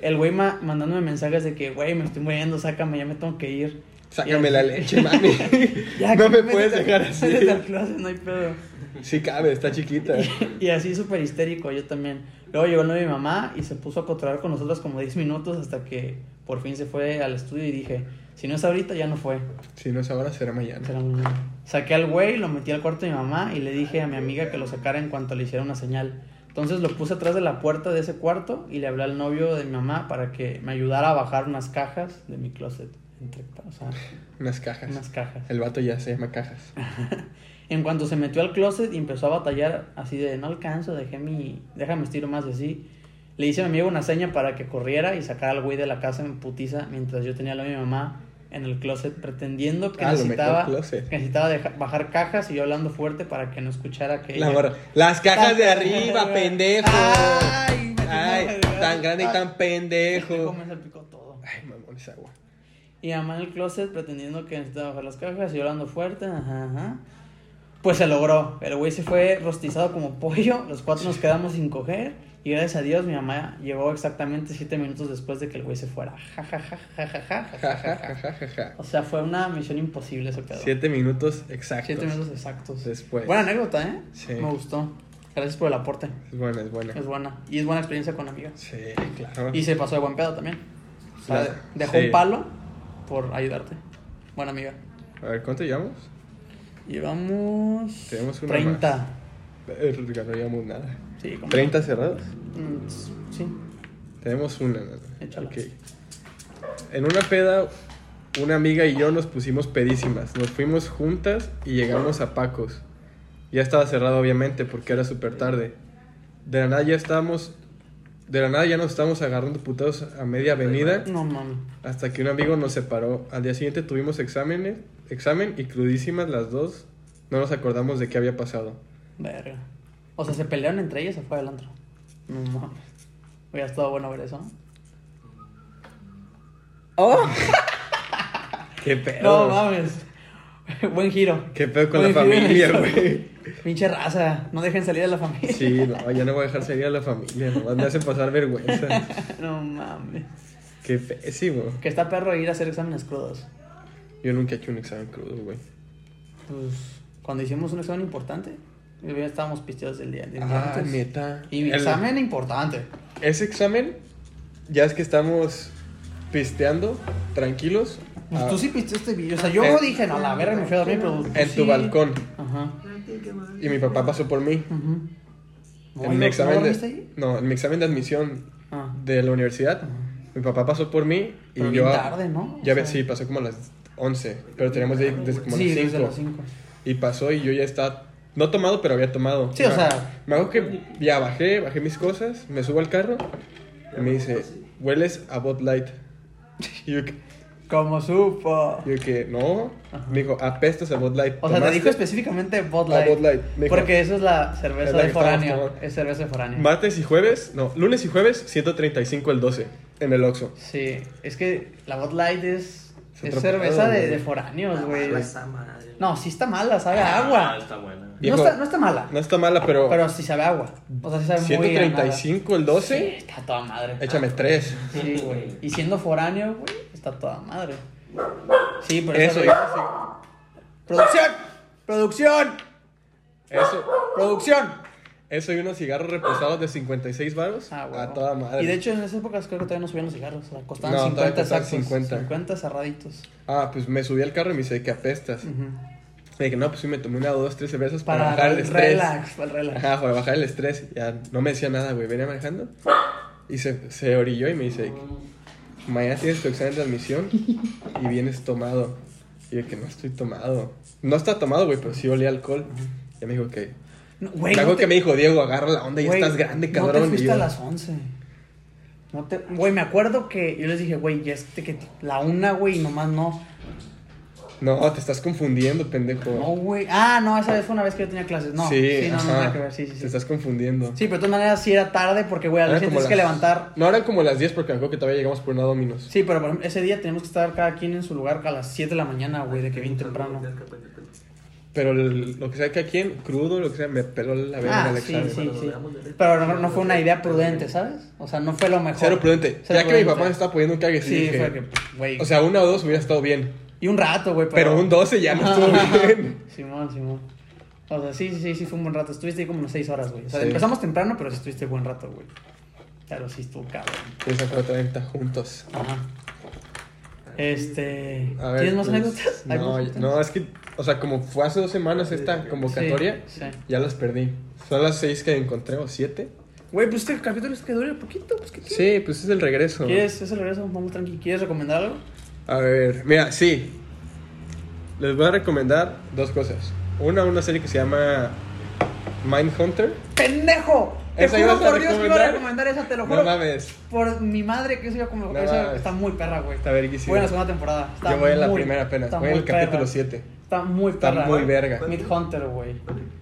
Speaker 2: El güey ma- mandándome mensajes de que, güey, me estoy muriendo, sácame, ya me tengo que ir.
Speaker 1: Sácame la leche, mami. no me
Speaker 2: métete-
Speaker 1: puedes dejar así.
Speaker 2: métete al closet, no hay pedo.
Speaker 1: Sí cabe, está chiquita.
Speaker 2: Y así súper histérico, yo también. Luego llegó el novio de mi mamá y se puso a cotorrear con nosotros como 10 minutos hasta que por fin se fue al estudio y dije, si no es ahorita, ya no fue.
Speaker 1: Si no es ahora, será mañana.
Speaker 2: Será mañana. Saqué al güey, lo metí al cuarto de mi mamá y le dije a mi amiga que lo sacara en cuanto le hiciera una señal. Entonces lo puse atrás de la puerta de ese cuarto y le hablé al novio de mi mamá para que me ayudara a bajar unas cajas de mi closet. Entre- o sea,
Speaker 1: Unas cajas.
Speaker 2: unas cajas.
Speaker 1: El vato ya se llama cajas.
Speaker 2: En cuanto se metió al closet y empezó a batallar así de no alcanzo, dejé mi, déjame estiro más de así. Le hice a mi amigo una seña para que corriera y sacara al güey de la casa en putiza mientras yo tenía a mi mamá en el closet pretendiendo que
Speaker 1: Ah, lo metió
Speaker 2: necesitaba,
Speaker 1: al closet.
Speaker 2: que necesitaba deja- bajar cajas y yo hablando fuerte para que no escuchara que...
Speaker 1: La
Speaker 2: ella-
Speaker 1: morra, Las cajas de
Speaker 2: Tan-
Speaker 1: arriba, pendejo.
Speaker 2: Ay, me
Speaker 1: Ay,
Speaker 2: tengo-
Speaker 1: tan grande y tan
Speaker 2: Pendejo,
Speaker 1: pendejo.
Speaker 2: me salpicó todo.
Speaker 1: Ay, mamón, esa agua.
Speaker 2: Y mamá en el closet pretendiendo que necesitaba bajar las cajas y yo hablando fuerte. Ajá, ajá. Pues se logró. El güey se fue rostizado como pollo. Los cuatro nos quedamos sin coger. Y gracias a Dios mi mamá llegó exactamente siete minutos después de que el güey se fuera. Ja, ja, ja, ja, ja, ja, ja,
Speaker 1: Ja,
Speaker 2: ja,
Speaker 1: ja,
Speaker 2: ja,
Speaker 1: ja,
Speaker 2: ja.
Speaker 1: ja, ja, ja.
Speaker 2: O sea, fue una misión imposible ese pedo.
Speaker 1: Siete minutos exactos.
Speaker 2: Siete minutos exactos.
Speaker 1: Después.
Speaker 2: Buena anécdota, ¿eh?
Speaker 1: Sí.
Speaker 2: Me gustó. Gracias por el aporte.
Speaker 1: Es buena, es buena.
Speaker 2: Es buena. Y es buena experiencia con amigas.
Speaker 1: Sí, claro.
Speaker 2: Y se pasó de buen pedo también. O sea,
Speaker 1: Claro.
Speaker 2: dejó
Speaker 1: Sí.
Speaker 2: un palo por ayudarte. Buena amiga.
Speaker 1: A ver, ¿cuánto llevamos?
Speaker 2: Llevamos.
Speaker 1: Tenemos una
Speaker 2: 30.
Speaker 1: Verga, Eh, pues, no llevamos nada.
Speaker 2: Sí, como-
Speaker 1: ¿30 cerrados?
Speaker 2: Mm, s- Sí.
Speaker 1: Tenemos una, nada.
Speaker 2: Échala.
Speaker 1: Ok. En una peda, una amiga y yo nos pusimos pedísimas. Nos fuimos juntas y llegamos a Pacos. Ya estaba cerrado, obviamente, porque era súper tarde. De la nada ya estábamos. De la nada ya nos estábamos agarrando putados a media avenida.
Speaker 2: No mames.
Speaker 1: Hasta que un amigo nos separó. Al día siguiente tuvimos exámenes, examen y crudísimas las dos. No nos acordamos de qué había pasado.
Speaker 2: Verga. O sea, se pelearon entre ellas o fue del antro. No mames. Hubiera estado bueno ver eso, ¿no? ¡Oh!
Speaker 1: ¿Qué pedo?
Speaker 2: No mames. Buen giro.
Speaker 1: ¿Qué pedo con la
Speaker 2: Buen giro en
Speaker 1: familia,
Speaker 2: eso.
Speaker 1: güey?
Speaker 2: Pinche raza. No dejen salir a la familia.
Speaker 1: Sí, no, ya no voy a dejar salir a la familia. Nomás me hacen pasar vergüenza.
Speaker 2: No mames.
Speaker 1: Qué pésimo.
Speaker 2: Que está perro ir a hacer exámenes crudos.
Speaker 1: Yo nunca he hecho un examen crudo, güey.
Speaker 2: Pues cuando hicimos un examen importante, ya estábamos pisteados del día. del día antes.
Speaker 1: Ah, neta.
Speaker 2: Y mi examen importante.
Speaker 1: Ese examen, ya es que estamos pisteando, tranquilos.
Speaker 2: Pues
Speaker 1: ah,
Speaker 2: tú sí pisteaste bien. O sea, yo
Speaker 1: En-
Speaker 2: dije, no, la verga me fui a dormir, pero. tú
Speaker 1: En tu
Speaker 2: sí.
Speaker 1: balcón.
Speaker 2: Ajá.
Speaker 1: Y mi papá pasó por mí.
Speaker 2: ujú.
Speaker 1: en mi examen
Speaker 2: dormiste
Speaker 1: de,
Speaker 2: ahí?
Speaker 1: no, en mi examen de admisión
Speaker 2: Ah.
Speaker 1: de la universidad, mi papá pasó por mí y
Speaker 2: Pero
Speaker 1: yo.
Speaker 2: bien tarde, ¿no? O
Speaker 1: Ya
Speaker 2: sea-
Speaker 1: ves, sí, pasó como a las 11, pero teníamos de, desde como a
Speaker 2: sí,
Speaker 1: las
Speaker 2: desde
Speaker 1: 5.
Speaker 2: las 5.
Speaker 1: Y pasó y yo ya estaba. No tomado, pero había tomado.
Speaker 2: Sí, o
Speaker 1: Me-
Speaker 2: sea-
Speaker 1: Me hago que ya bajé, bajé mis cosas, me subo al carro y me dice, hueles a Bud Light. Y yo, que-
Speaker 2: Como supo.
Speaker 1: yo que, no.
Speaker 2: Ajá.
Speaker 1: Me dijo, apestas a Bud Light.
Speaker 2: O sea, te
Speaker 1: ¿Tomaste?
Speaker 2: dijo específicamente Bud
Speaker 1: este- A
Speaker 2: Light.
Speaker 1: Bud Light, me dijo.
Speaker 2: Porque eso es la cerveza
Speaker 1: Es la
Speaker 2: de
Speaker 1: que estamos
Speaker 2: foráneo.
Speaker 1: tomando.
Speaker 2: Es cerveza de foráneo.
Speaker 1: Martes y jueves, no, lunes y jueves, 135 el 12 en el Oxxo.
Speaker 2: Sí, es que la Bud Light es,
Speaker 1: Es
Speaker 2: es
Speaker 1: otro
Speaker 2: cerveza
Speaker 1: pedo,
Speaker 2: de,
Speaker 1: güey.
Speaker 2: de foráneos, güey.
Speaker 3: Ah, Esa madre.
Speaker 2: No, sí está mala, sabe a agua.
Speaker 4: Ah, está buena.
Speaker 2: No
Speaker 1: Viejo,
Speaker 2: está, no está mala,
Speaker 1: No está mala, pero,
Speaker 2: pero sí sabe a agua. O sea, sí sabe muy a nada.
Speaker 1: 135 el 12,
Speaker 2: Sí, está toda madre.
Speaker 1: échame 3.
Speaker 2: Sí, güey. Y siendo foráneo, güey, está toda madre. Sí, pero
Speaker 1: Eso,
Speaker 2: esa- ¡Producción! ¡Producción!
Speaker 1: eso,
Speaker 2: ¡Producción!
Speaker 1: eso y unos cigarros reposados de 56 varos
Speaker 2: Ah, güey.
Speaker 1: a toda madre.
Speaker 2: Y de hecho, en esas épocas creo que todavía no subían los cigarros. o sea, costaban
Speaker 1: No, todavía
Speaker 2: 50
Speaker 1: costaban
Speaker 2: sacos.
Speaker 1: 50.
Speaker 2: 50 cerraditos.
Speaker 1: Ah, pues me subí al carro y me dice que apestas.
Speaker 2: Ujú.
Speaker 1: Me dije, no, pues sí, me tomé una, dos, tres cervezas para,
Speaker 2: Para,
Speaker 1: bajar el
Speaker 2: el
Speaker 1: estrés.
Speaker 2: relax, para el relax.
Speaker 1: Ajá, para bajar el estrés. Ya no me decía nada, güey. Venía manejando. Y se, se orilló y me dice, mañana tienes tu examen de admisión y vienes tomado. Y yo que no estoy tomado. No está tomado, güey, pero sí olía alcohol. Ya me dijo que...
Speaker 2: No, Güey,
Speaker 1: me
Speaker 2: no
Speaker 1: acuerdo
Speaker 2: te-
Speaker 1: que me dijo, Diego, agarra la onda, ya
Speaker 2: güey,
Speaker 1: estás grande,
Speaker 2: No te
Speaker 1: cabrón. y
Speaker 2: fuiste
Speaker 1: yo,
Speaker 2: a las 11. No te... Güey, me acuerdo que yo les dije, güey, ya este que la una, güey, y nomás no.
Speaker 1: no, te estás confundiendo, pendejo.
Speaker 2: No, güey. Ah, no, esa vez fue una vez que yo tenía clases. No, sí, no, no,
Speaker 1: ajá,
Speaker 2: nada que ver. Sí, sí, sí.
Speaker 1: Te estás confundiendo.
Speaker 2: Sí, pero de todas maneras sí era tarde porque, güey, a
Speaker 1: Eran
Speaker 2: veces
Speaker 1: como
Speaker 2: tienes que
Speaker 1: las-
Speaker 2: levantar.
Speaker 1: No, eran como las 10 porque me acuerdo que todavía llegamos por una Dominos.
Speaker 2: Sí, pero por ejemplo, ese día tenemos que estar cada quien en su lugar a las 7 de la mañana, güey, de que bien temprano.
Speaker 1: Pero el- lo que sea que a quién, crudo, lo que sea, me peló la verga
Speaker 2: Ah,
Speaker 1: el
Speaker 2: sí,
Speaker 1: examen.
Speaker 2: sí, sí. Pero no, no fue una idea prudente, ¿sabes? O sea, no fue lo mejor.
Speaker 1: Cero prudente. ya
Speaker 2: Cero
Speaker 1: que mi
Speaker 2: prudente.
Speaker 1: papá me estaba poniendo un cague, sí,
Speaker 2: Sí,
Speaker 1: dije,
Speaker 2: fue que, pues, güey.
Speaker 1: O sea, una o dos hubiera estado bien.
Speaker 2: y un rato, güey.
Speaker 1: Pero, un 12 ya no estuvo bien.
Speaker 2: Simón, Simón. O sea, sí, sí, sí, sí, fue un buen rato. Estuviste ahí como unas 6 horas, güey. O sea,
Speaker 1: Sí.
Speaker 2: empezamos temprano, pero sí estuviste buen rato, güey. Claro, sí estuvo cabrón.
Speaker 1: Esa fue otra venta juntos.
Speaker 2: Ajá. Este.
Speaker 1: A ver,
Speaker 2: ¿Tienes más
Speaker 1: pues,
Speaker 2: anécdotas? ¿Hay
Speaker 1: No,
Speaker 2: más
Speaker 1: no, es que, o sea, como fue hace dos semanas esta convocatoria,
Speaker 2: Sí, sí.
Speaker 1: ya las perdí. Son las seis que encontré, o siete.
Speaker 2: Güey, pues este capítulo es que dure poquito, pues que
Speaker 1: Sí, pues es el regreso.
Speaker 2: ¿Quieres? Es el regreso, vamos tranqui. ¿Quieres recomendar algo?
Speaker 1: A ver, mira, sí. Les voy a recomendar dos cosas. Una, una serie que se llama Mindhunter.
Speaker 2: ¡Pendejo! Te
Speaker 1: ¿Esa ibas
Speaker 2: juro
Speaker 1: a
Speaker 2: por Dios que iba a
Speaker 1: recomendar?
Speaker 2: recomendar esa, te lo juro.
Speaker 1: No mames.
Speaker 2: Por mi madre que eso iba como.
Speaker 1: No
Speaker 2: esa
Speaker 1: mames.
Speaker 2: está muy perra, güey.
Speaker 1: Está verguísima.
Speaker 2: Voy en la segunda temporada. Está
Speaker 1: Yo voy en la
Speaker 2: muy-
Speaker 1: primera apenas.
Speaker 2: está
Speaker 1: Voy en
Speaker 2: muy
Speaker 1: el capítulo
Speaker 2: perra.
Speaker 1: 7.
Speaker 2: Está muy
Speaker 1: Está
Speaker 2: perra.
Speaker 1: muy verga.
Speaker 2: Mid Hunter, güey.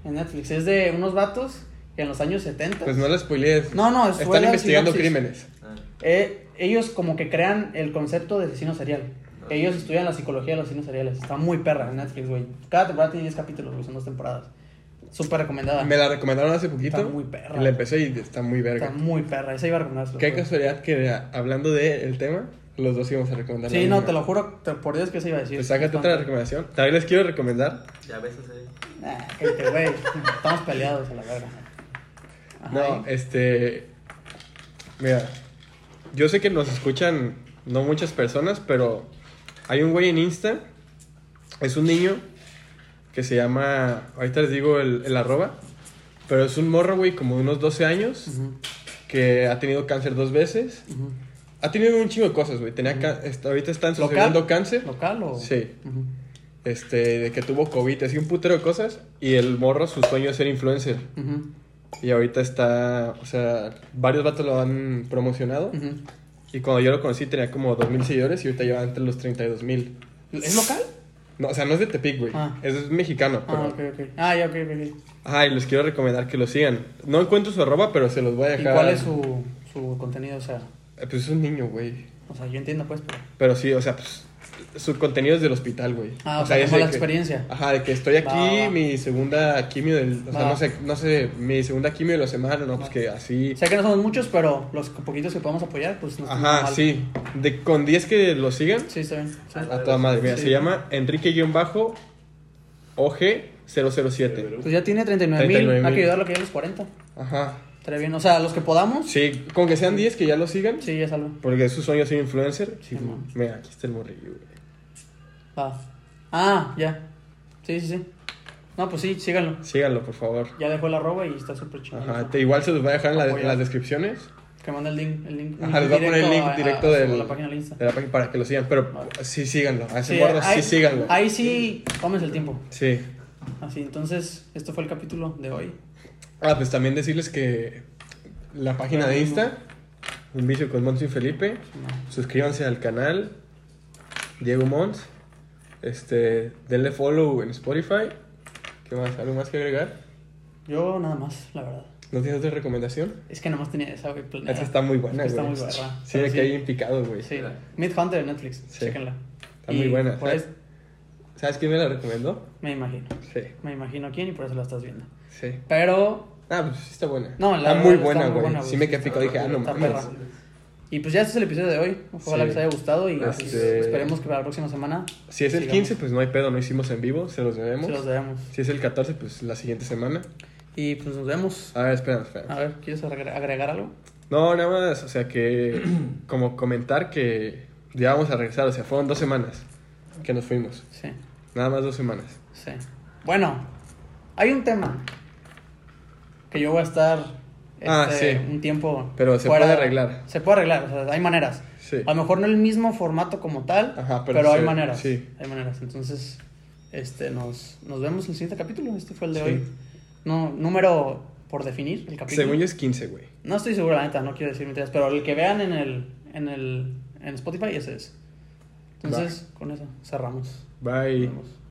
Speaker 2: En Netflix. Es de unos vatos que en los años 70.
Speaker 1: Pues no la spoilees.
Speaker 2: No, no, spoiler
Speaker 1: Están investigando
Speaker 2: sinopsis.
Speaker 1: crímenes.
Speaker 3: Ah,
Speaker 2: Eh, ellos como que crean el concepto de asesino serial.
Speaker 1: Ah.
Speaker 2: Ellos estudian la psicología de los asesinos seriales. Está muy perra en Netflix, güey. Cada temporada tiene 10 capítulos, güey. Son dos temporadas. Súper recomendada.
Speaker 1: Me la recomendaron hace poquito.
Speaker 2: Ah. Está muy perra.
Speaker 1: Y la empecé y está muy verga.
Speaker 2: Está muy perra. Esa iba a recomendarse.
Speaker 1: Qué casualidad que a- hablando del tema, los dos íbamos a recomendar. la
Speaker 2: Sí, no,
Speaker 1: misma.
Speaker 2: te lo juro te- por Dios que eso iba a decir.
Speaker 1: Pues sácate otra recomendación. También les quiero recomendar.
Speaker 3: Ya ves, ese ahí.
Speaker 2: Nah, Ah, cállate, güey. Estamos peleados a la verga. Ajá,
Speaker 1: No,
Speaker 2: ¿y?
Speaker 1: este. Mira, yo sé que nos escuchan no muchas personas, pero hay un güey en Insta. Es un niño que se llama. Ahorita les digo el, el arroba. Pero es un morro, güey, como de unos 12 años.
Speaker 2: Ujú,
Speaker 1: Que ha tenido cáncer dos veces.
Speaker 2: ujú.
Speaker 1: Ha tenido un chingo de cosas, güey. Tenía ca- está- ahorita está en su
Speaker 2: ¿Local?
Speaker 1: segundo cáncer.
Speaker 2: ¿Local o...?
Speaker 1: Sí.
Speaker 2: Ujú.
Speaker 1: Este, de que tuvo COVID, así un putero de cosas. Y el morro, su sueño es ser influencer.
Speaker 2: Ujú,
Speaker 1: Y ahorita está, o sea, varios vatos lo han promocionado.
Speaker 2: ujú.
Speaker 1: Y cuando yo lo conocí tenía como 2.000 seguidores y ahorita lleva entre los 32.000.
Speaker 2: ¿Es local?
Speaker 1: No, o sea, no es de Tepic, güey.
Speaker 2: Ah.
Speaker 1: Es, es mexicano.
Speaker 2: Ah,
Speaker 1: pero-
Speaker 2: ok, ok. Ah, ya, ok, ok. ok.
Speaker 1: Ajá, y les quiero recomendar que lo sigan. No encuentro su arroba, pero se los voy a
Speaker 2: ¿Y
Speaker 1: dejar.
Speaker 2: cuál es su, su contenido? O sea,
Speaker 1: Eh, Pues es un niño, güey.
Speaker 2: o sea, yo entiendo pues, pero...
Speaker 1: Pero sí, o sea, pues su contenido es del hospital, güey.
Speaker 2: Ah, o sea, como
Speaker 1: de
Speaker 2: la
Speaker 1: que-
Speaker 2: experiencia.
Speaker 1: Ajá, de que estoy aquí,
Speaker 2: Va, va.
Speaker 1: mi segunda quimio del... O sea,
Speaker 2: Va.
Speaker 1: no sé, no sé, mi segunda quimio de la semana, no, pues
Speaker 2: Va.
Speaker 1: que así...
Speaker 2: Sé que no somos muchos, pero los poquitos que podamos apoyar, pues... no está
Speaker 1: Ajá,
Speaker 2: mal.
Speaker 1: sí. Ah, De, con 10 que lo sigan,
Speaker 2: Sí, está bien. sí.
Speaker 1: A toda madre, mira,
Speaker 2: Sí.
Speaker 1: se llama Enrique-OG007.
Speaker 2: Pues ya tiene 39 mil,
Speaker 1: 39,000.
Speaker 2: hay que ayudarlo que ya los 40.
Speaker 1: Ajá.
Speaker 2: Estaría bien, o sea, los que podamos, sí,
Speaker 1: Sí, con que sean 10 que ya lo sigan.
Speaker 2: ya salvo.
Speaker 1: Porque es su sueño ser influencer.
Speaker 2: Sí, man.
Speaker 1: Mira, aquí está el morrillo, güey.
Speaker 2: Va. Ah, ya. Sí, sí, sí. No, pues sí, síganlo.
Speaker 1: Síganlo, por favor.
Speaker 2: Ya dejó la arroba y está súper chingón.
Speaker 1: Ajá,
Speaker 2: eso.
Speaker 1: te- igual se los voy a dejar en, la- en
Speaker 2: Apoya.
Speaker 1: las descripciones.
Speaker 2: Que manda el link. El link
Speaker 1: Ajá, les voy a poner el link
Speaker 2: a- a-
Speaker 1: directo
Speaker 2: a su-
Speaker 1: del-
Speaker 2: a la página de Insta.
Speaker 1: de la página para que lo sigan. Pero
Speaker 2: Vale.
Speaker 1: sí, síganlo. A ese gordo sí,
Speaker 2: ahí-
Speaker 1: síganlo.
Speaker 2: Ahí sí, tómense el tiempo.
Speaker 1: Sí.
Speaker 2: Así, entonces, esto fue el capítulo de hoy.
Speaker 1: Ah, pues también decirles que la página de Insta, Un Vicio con Monts y Felipe. Suscríbanse al canal Diego Mons. Este, denle follow en Spotify. ¿Qué más? ¿Algo más que agregar?
Speaker 2: Yo nada más, la verdad.
Speaker 1: ¿No tienes otra recomendación?
Speaker 2: Es que nada más tenía esa, güey, pues, planeada.
Speaker 1: Esta está muy buena, güey.
Speaker 2: Está muy barra.
Speaker 1: Sí, de que hay bien picado, güey.
Speaker 2: Sí, Mid Hunter de Netflix,
Speaker 1: Sí.
Speaker 2: chéquenla.
Speaker 1: Está muy buena.
Speaker 2: Por eso,
Speaker 1: ¿Sabes quién me la recomendó?
Speaker 2: me imagino.
Speaker 1: Sí,
Speaker 2: Me imagino quién y por eso la estás viendo.
Speaker 1: sí.
Speaker 2: Pero
Speaker 1: Ah, pues sí está buena.
Speaker 2: No, la
Speaker 1: está
Speaker 2: verdad
Speaker 1: muy
Speaker 2: está
Speaker 1: buena,
Speaker 2: muy
Speaker 1: güey.
Speaker 2: buena, güey.
Speaker 1: Sí me quedé picado. Dije, ah, no
Speaker 2: Está
Speaker 1: mames.
Speaker 2: perra. Y pues ya este es el episodio de hoy. Ojalá
Speaker 1: Sí.
Speaker 2: les haya gustado y pues,
Speaker 1: Este-
Speaker 2: esperemos que para la próxima semana
Speaker 1: Si es el
Speaker 2: sigamos.
Speaker 1: 15, pues no hay pedo, no hicimos en vivo, se los
Speaker 2: se los
Speaker 1: debemos.
Speaker 2: debemos.
Speaker 1: Si es el 14, pues la siguiente semana.
Speaker 2: Y pues nos vemos.
Speaker 1: A ver, espera, espera.
Speaker 2: A ver, ¿quieres agregar agregar algo?
Speaker 1: No, nada más, o sea que como comentar que ya vamos a regresar, o sea, fueron dos semanas que nos fuimos,
Speaker 2: Sí,
Speaker 1: nada más dos semanas.
Speaker 2: sí. Bueno, hay un tema que yo voy a estar
Speaker 1: Ah,
Speaker 2: este,
Speaker 1: sí.
Speaker 2: un tiempo.
Speaker 1: Pero se puede arreglar.
Speaker 2: Se puede arreglar, o sea, hay maneras.
Speaker 1: Sí.
Speaker 2: A lo mejor no el mismo formato como tal,
Speaker 1: Ajá,
Speaker 2: pero,
Speaker 1: pero
Speaker 2: hay
Speaker 1: se-
Speaker 2: maneras.
Speaker 1: sí.
Speaker 2: Hay maneras. Entonces, este, nos, nos vemos en el siguiente capítulo. Este fue el de
Speaker 1: Sí.
Speaker 2: hoy. No, número por definir, el capítulo.
Speaker 1: Según yo es 15, güey.
Speaker 2: No estoy seguro, la neta, no quiero decir mentiras, pero el que vean en el, en el en Spotify, ese es. Entonces, con eso cerramos.
Speaker 1: Bye.
Speaker 2: Nos vemos.